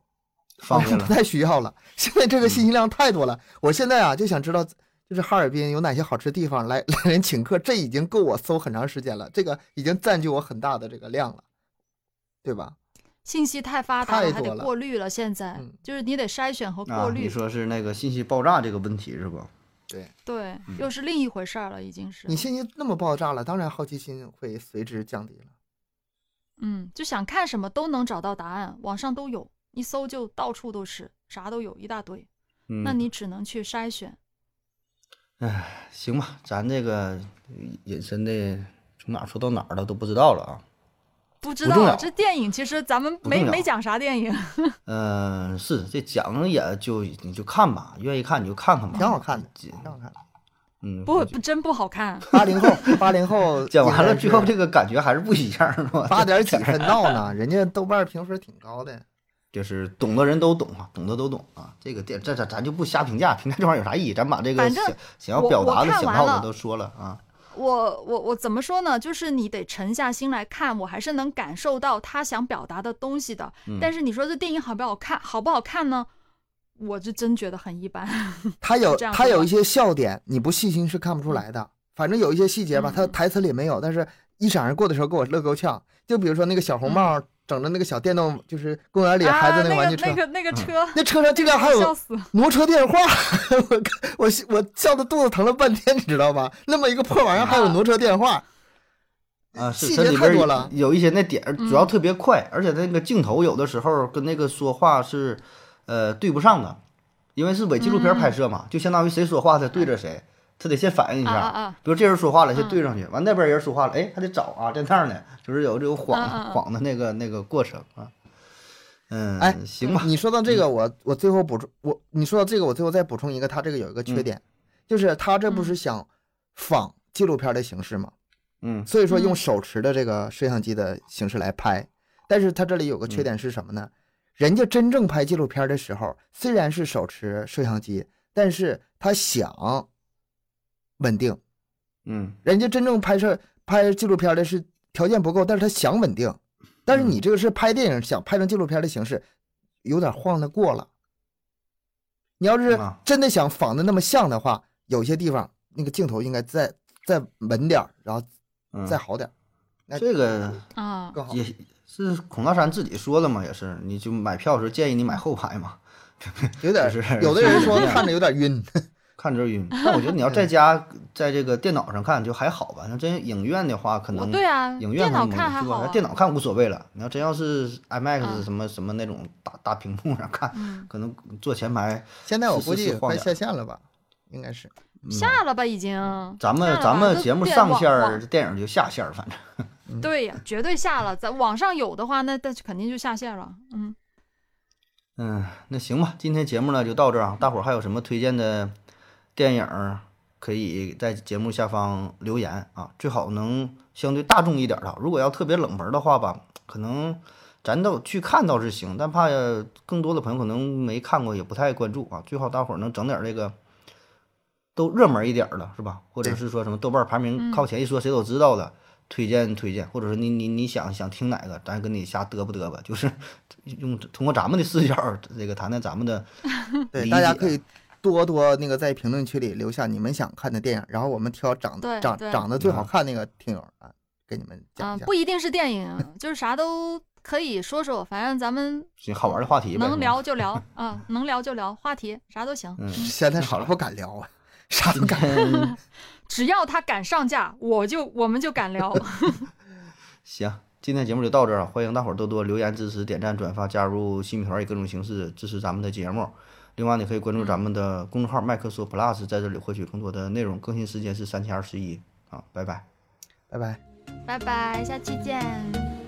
Speaker 1: 方便了嗯
Speaker 2: 不。太需要了，现在这个信息量太多了。我现在啊就想知道，就是哈尔滨有哪些好吃的地方，来 来人请客，这已经够我搜很长时间了，这个已经占据我很大的这个量了，对吧？
Speaker 3: 信息太发达
Speaker 2: 太
Speaker 3: 还
Speaker 2: 多
Speaker 3: 得
Speaker 2: 了
Speaker 3: 过滤了，现在
Speaker 2: 嗯
Speaker 3: 就是你得筛选和
Speaker 1: 啊
Speaker 3: 过，
Speaker 1: 你
Speaker 3: 滤，
Speaker 1: 说是那个信息爆炸这个问题是吧？
Speaker 2: 对
Speaker 3: 对，
Speaker 1: 嗯
Speaker 3: 又是另一回事儿了，已经是
Speaker 2: 你，信息那么爆炸了，当然好奇心会随之降低了。
Speaker 3: 嗯，就想看什么都能找到答案，网上都有，一搜就到处都是，啥都有一大堆，
Speaker 1: 嗯，
Speaker 3: 那你只能去筛选。
Speaker 1: 行吧，咱这个引申的从哪儿说到哪儿了都不知道了啊。
Speaker 3: 不知
Speaker 1: 不重要
Speaker 3: 道这电影其实咱们
Speaker 1: 不
Speaker 3: 没
Speaker 1: 重要
Speaker 3: 没讲啥电影，
Speaker 1: 嗯、是这讲也就你就看吧，愿意看你就看看吧，
Speaker 2: 挺好看的
Speaker 1: 这
Speaker 2: 让我看，
Speaker 1: 嗯，
Speaker 3: 不不真不好看。
Speaker 2: 八零后，八零后
Speaker 1: 讲完了
Speaker 2: 应该是
Speaker 1: 之后，这个感觉还是不一样 的嘛。
Speaker 2: 八点几分到呢，人家豆瓣评分挺高的。
Speaker 1: 就是懂的人都懂啊，懂的都懂啊。这个电，这咱咱就不瞎评价，评价这玩意儿有啥意义？咱把这个
Speaker 3: 反正
Speaker 1: 想想要
Speaker 3: 我
Speaker 1: 表达
Speaker 3: 我
Speaker 1: 的、
Speaker 3: 看
Speaker 1: 想
Speaker 3: 完
Speaker 1: 到的
Speaker 3: 了
Speaker 1: 都说了啊。
Speaker 3: 我我我怎么说呢？就是你得沉下心来看，我还是能感受到他想表达的东西的。
Speaker 1: 嗯
Speaker 3: 但是你说这电影好不好看，好不好看呢？我就真觉得很一般。
Speaker 2: 他有
Speaker 3: 这样
Speaker 2: 他
Speaker 3: 是
Speaker 2: 有
Speaker 3: 吧
Speaker 2: 一些笑点，你不细心是看不出来的。反正有一些细节吧，他
Speaker 3: 嗯
Speaker 2: 台词里没有，但是一闪而过的时候给我乐够呛。就比如说那个小红帽整着那个小电动，就是公园里孩子
Speaker 3: 嗯啊，
Speaker 2: 个玩具
Speaker 3: 那
Speaker 2: 车
Speaker 3: 个那，个
Speaker 1: 嗯
Speaker 3: 那个车，
Speaker 2: 那车上竟然还
Speaker 3: 笑
Speaker 2: 有
Speaker 3: 死！
Speaker 2: 挪车电话， 我看我笑我笑的肚子疼了半天，你知道吧？那么一个破玩
Speaker 3: 啊
Speaker 2: 意儿还有挪车电话，
Speaker 1: 啊，是
Speaker 2: 呃细
Speaker 1: 它
Speaker 2: 节
Speaker 1: 里
Speaker 2: 太
Speaker 1: 边
Speaker 2: 多
Speaker 1: 有
Speaker 2: 了
Speaker 1: 有一些那点儿，
Speaker 3: 嗯
Speaker 1: 主要特别快，而且它那个镜头有的时候跟那个说话是，呃，对不上的，因为是伪纪录片拍摄嘛，就相当于谁说话他对着谁，他得先反应一下。
Speaker 3: 啊啊啊
Speaker 1: 比如这人说话了，先对上去，完那边人说话了，哎，还得找啊，这那儿呢，就是有这种晃、
Speaker 3: 啊啊啊
Speaker 1: 晃的那个那个过程啊。嗯，
Speaker 2: 哎
Speaker 1: 行吧，嗯
Speaker 2: 你说到这个，我我最后补充，我你说到这个，我最后再补充一个，他这个有一个
Speaker 1: 嗯
Speaker 2: 缺点，就是他这不是想仿纪录片的形式吗？
Speaker 1: 嗯
Speaker 2: 所以说用
Speaker 3: 嗯
Speaker 2: 手持的这个摄像机的形式来拍，但是他这里有个
Speaker 1: 嗯
Speaker 2: 缺点是什么呢？人家真正拍纪录片的时候，虽然是手持摄像机，但是他想稳定，
Speaker 1: 嗯，
Speaker 2: 人家真正拍摄拍纪录片的是条件不够，但是他想稳定，但是你这个是拍电影，想拍成纪录片的形式，有点晃得过了。你要是
Speaker 1: 嗯啊
Speaker 2: 真的想仿的那么像的话，有些地方那个镜头应该再再稳点儿，然后
Speaker 1: 嗯
Speaker 2: 再好点儿，那
Speaker 1: 这个
Speaker 3: 啊，
Speaker 2: 更好。
Speaker 1: 也是孔大山自己说的嘛，也是，你就买票的时候建议你买后排嘛。
Speaker 2: 有点
Speaker 1: 就是
Speaker 2: 有的人
Speaker 1: 是
Speaker 2: 说
Speaker 1: 这样
Speaker 2: 看着有点晕，
Speaker 1: 看着晕。但我觉得你要 在家，在这个电脑上看就还好吧。那真影院的话，可
Speaker 3: 我
Speaker 1: 能
Speaker 3: 对啊，
Speaker 1: 影院
Speaker 3: 电
Speaker 1: 可
Speaker 3: 脑
Speaker 1: 能
Speaker 3: 看还
Speaker 1: 是
Speaker 3: 好
Speaker 1: 吧
Speaker 3: 啊，
Speaker 1: 哎电脑看无所谓了。你要真要是 IMAX
Speaker 3: 嗯
Speaker 1: 什么什么那种大大屏幕上看，
Speaker 3: 嗯，
Speaker 1: 可能坐前排。
Speaker 2: 现在我
Speaker 1: 是是
Speaker 2: 估计
Speaker 1: 是晃
Speaker 2: 快
Speaker 1: 点儿
Speaker 2: 下线了吧，应该是。
Speaker 1: 嗯
Speaker 3: 下了吧已经。
Speaker 1: 咱
Speaker 3: 下
Speaker 1: 们
Speaker 3: 了
Speaker 1: 咱
Speaker 3: 吧
Speaker 1: 们
Speaker 3: 都
Speaker 1: 节目
Speaker 3: 电
Speaker 1: 上
Speaker 3: 网
Speaker 1: 线
Speaker 3: 网
Speaker 1: 儿，电影就下线儿，反正
Speaker 3: 对呀，绝对下了。在网上有的话，那那肯定就下线了。嗯，
Speaker 1: 嗯，那行吧，今天节目呢就到这儿啊。大伙儿还有什么推荐的电影儿，可以在节目下方留言啊，最好能相对大众一点儿的。如果要特别冷门儿的话吧，可能咱都去看倒是行，但怕更多的朋友可能没看过，也不太关注啊。最好大伙儿能整点儿这个都热门儿一点儿的，是吧？或者
Speaker 2: 对
Speaker 1: 是说什么豆瓣儿排名靠前一说谁都知道的，推荐推荐，或者是你你你想想听哪个，咱跟你瞎嘚吧嘚吧，就是用通过咱们的视角，这个谈谈咱们的
Speaker 2: 对，
Speaker 1: 理
Speaker 2: 大家
Speaker 1: 解
Speaker 2: 可以多多那个在评论区里留下你们想看的电影，然后我们挑长得
Speaker 3: 对
Speaker 2: 长
Speaker 3: 对
Speaker 2: 长得最好
Speaker 1: 嗯
Speaker 2: 看那个听友啊，给你们讲
Speaker 3: 啊，
Speaker 2: 一下
Speaker 3: 不。一定是电影，就是啥都可以说说，反正咱们
Speaker 1: 行好玩的话题呗，是
Speaker 3: 能
Speaker 1: 吧
Speaker 3: 聊就聊啊，能聊就聊，话题啥都行，
Speaker 1: 嗯，
Speaker 2: 现在啥都不敢聊啊，啥都不敢。
Speaker 1: 嗯
Speaker 3: 只要他敢上架，我就我们就 敢聊。
Speaker 1: 行，今天节目就到这儿了，欢迎大伙儿多多留言支持、点赞、转发，加入新米团，以各种形式支持咱们的节目。另外，你可以关注咱们的公众号“麦克说 Plus”，在这里获取更多的内容，更新时间是三七二十一啊，拜拜。
Speaker 2: 拜拜。
Speaker 3: 拜拜，下期见。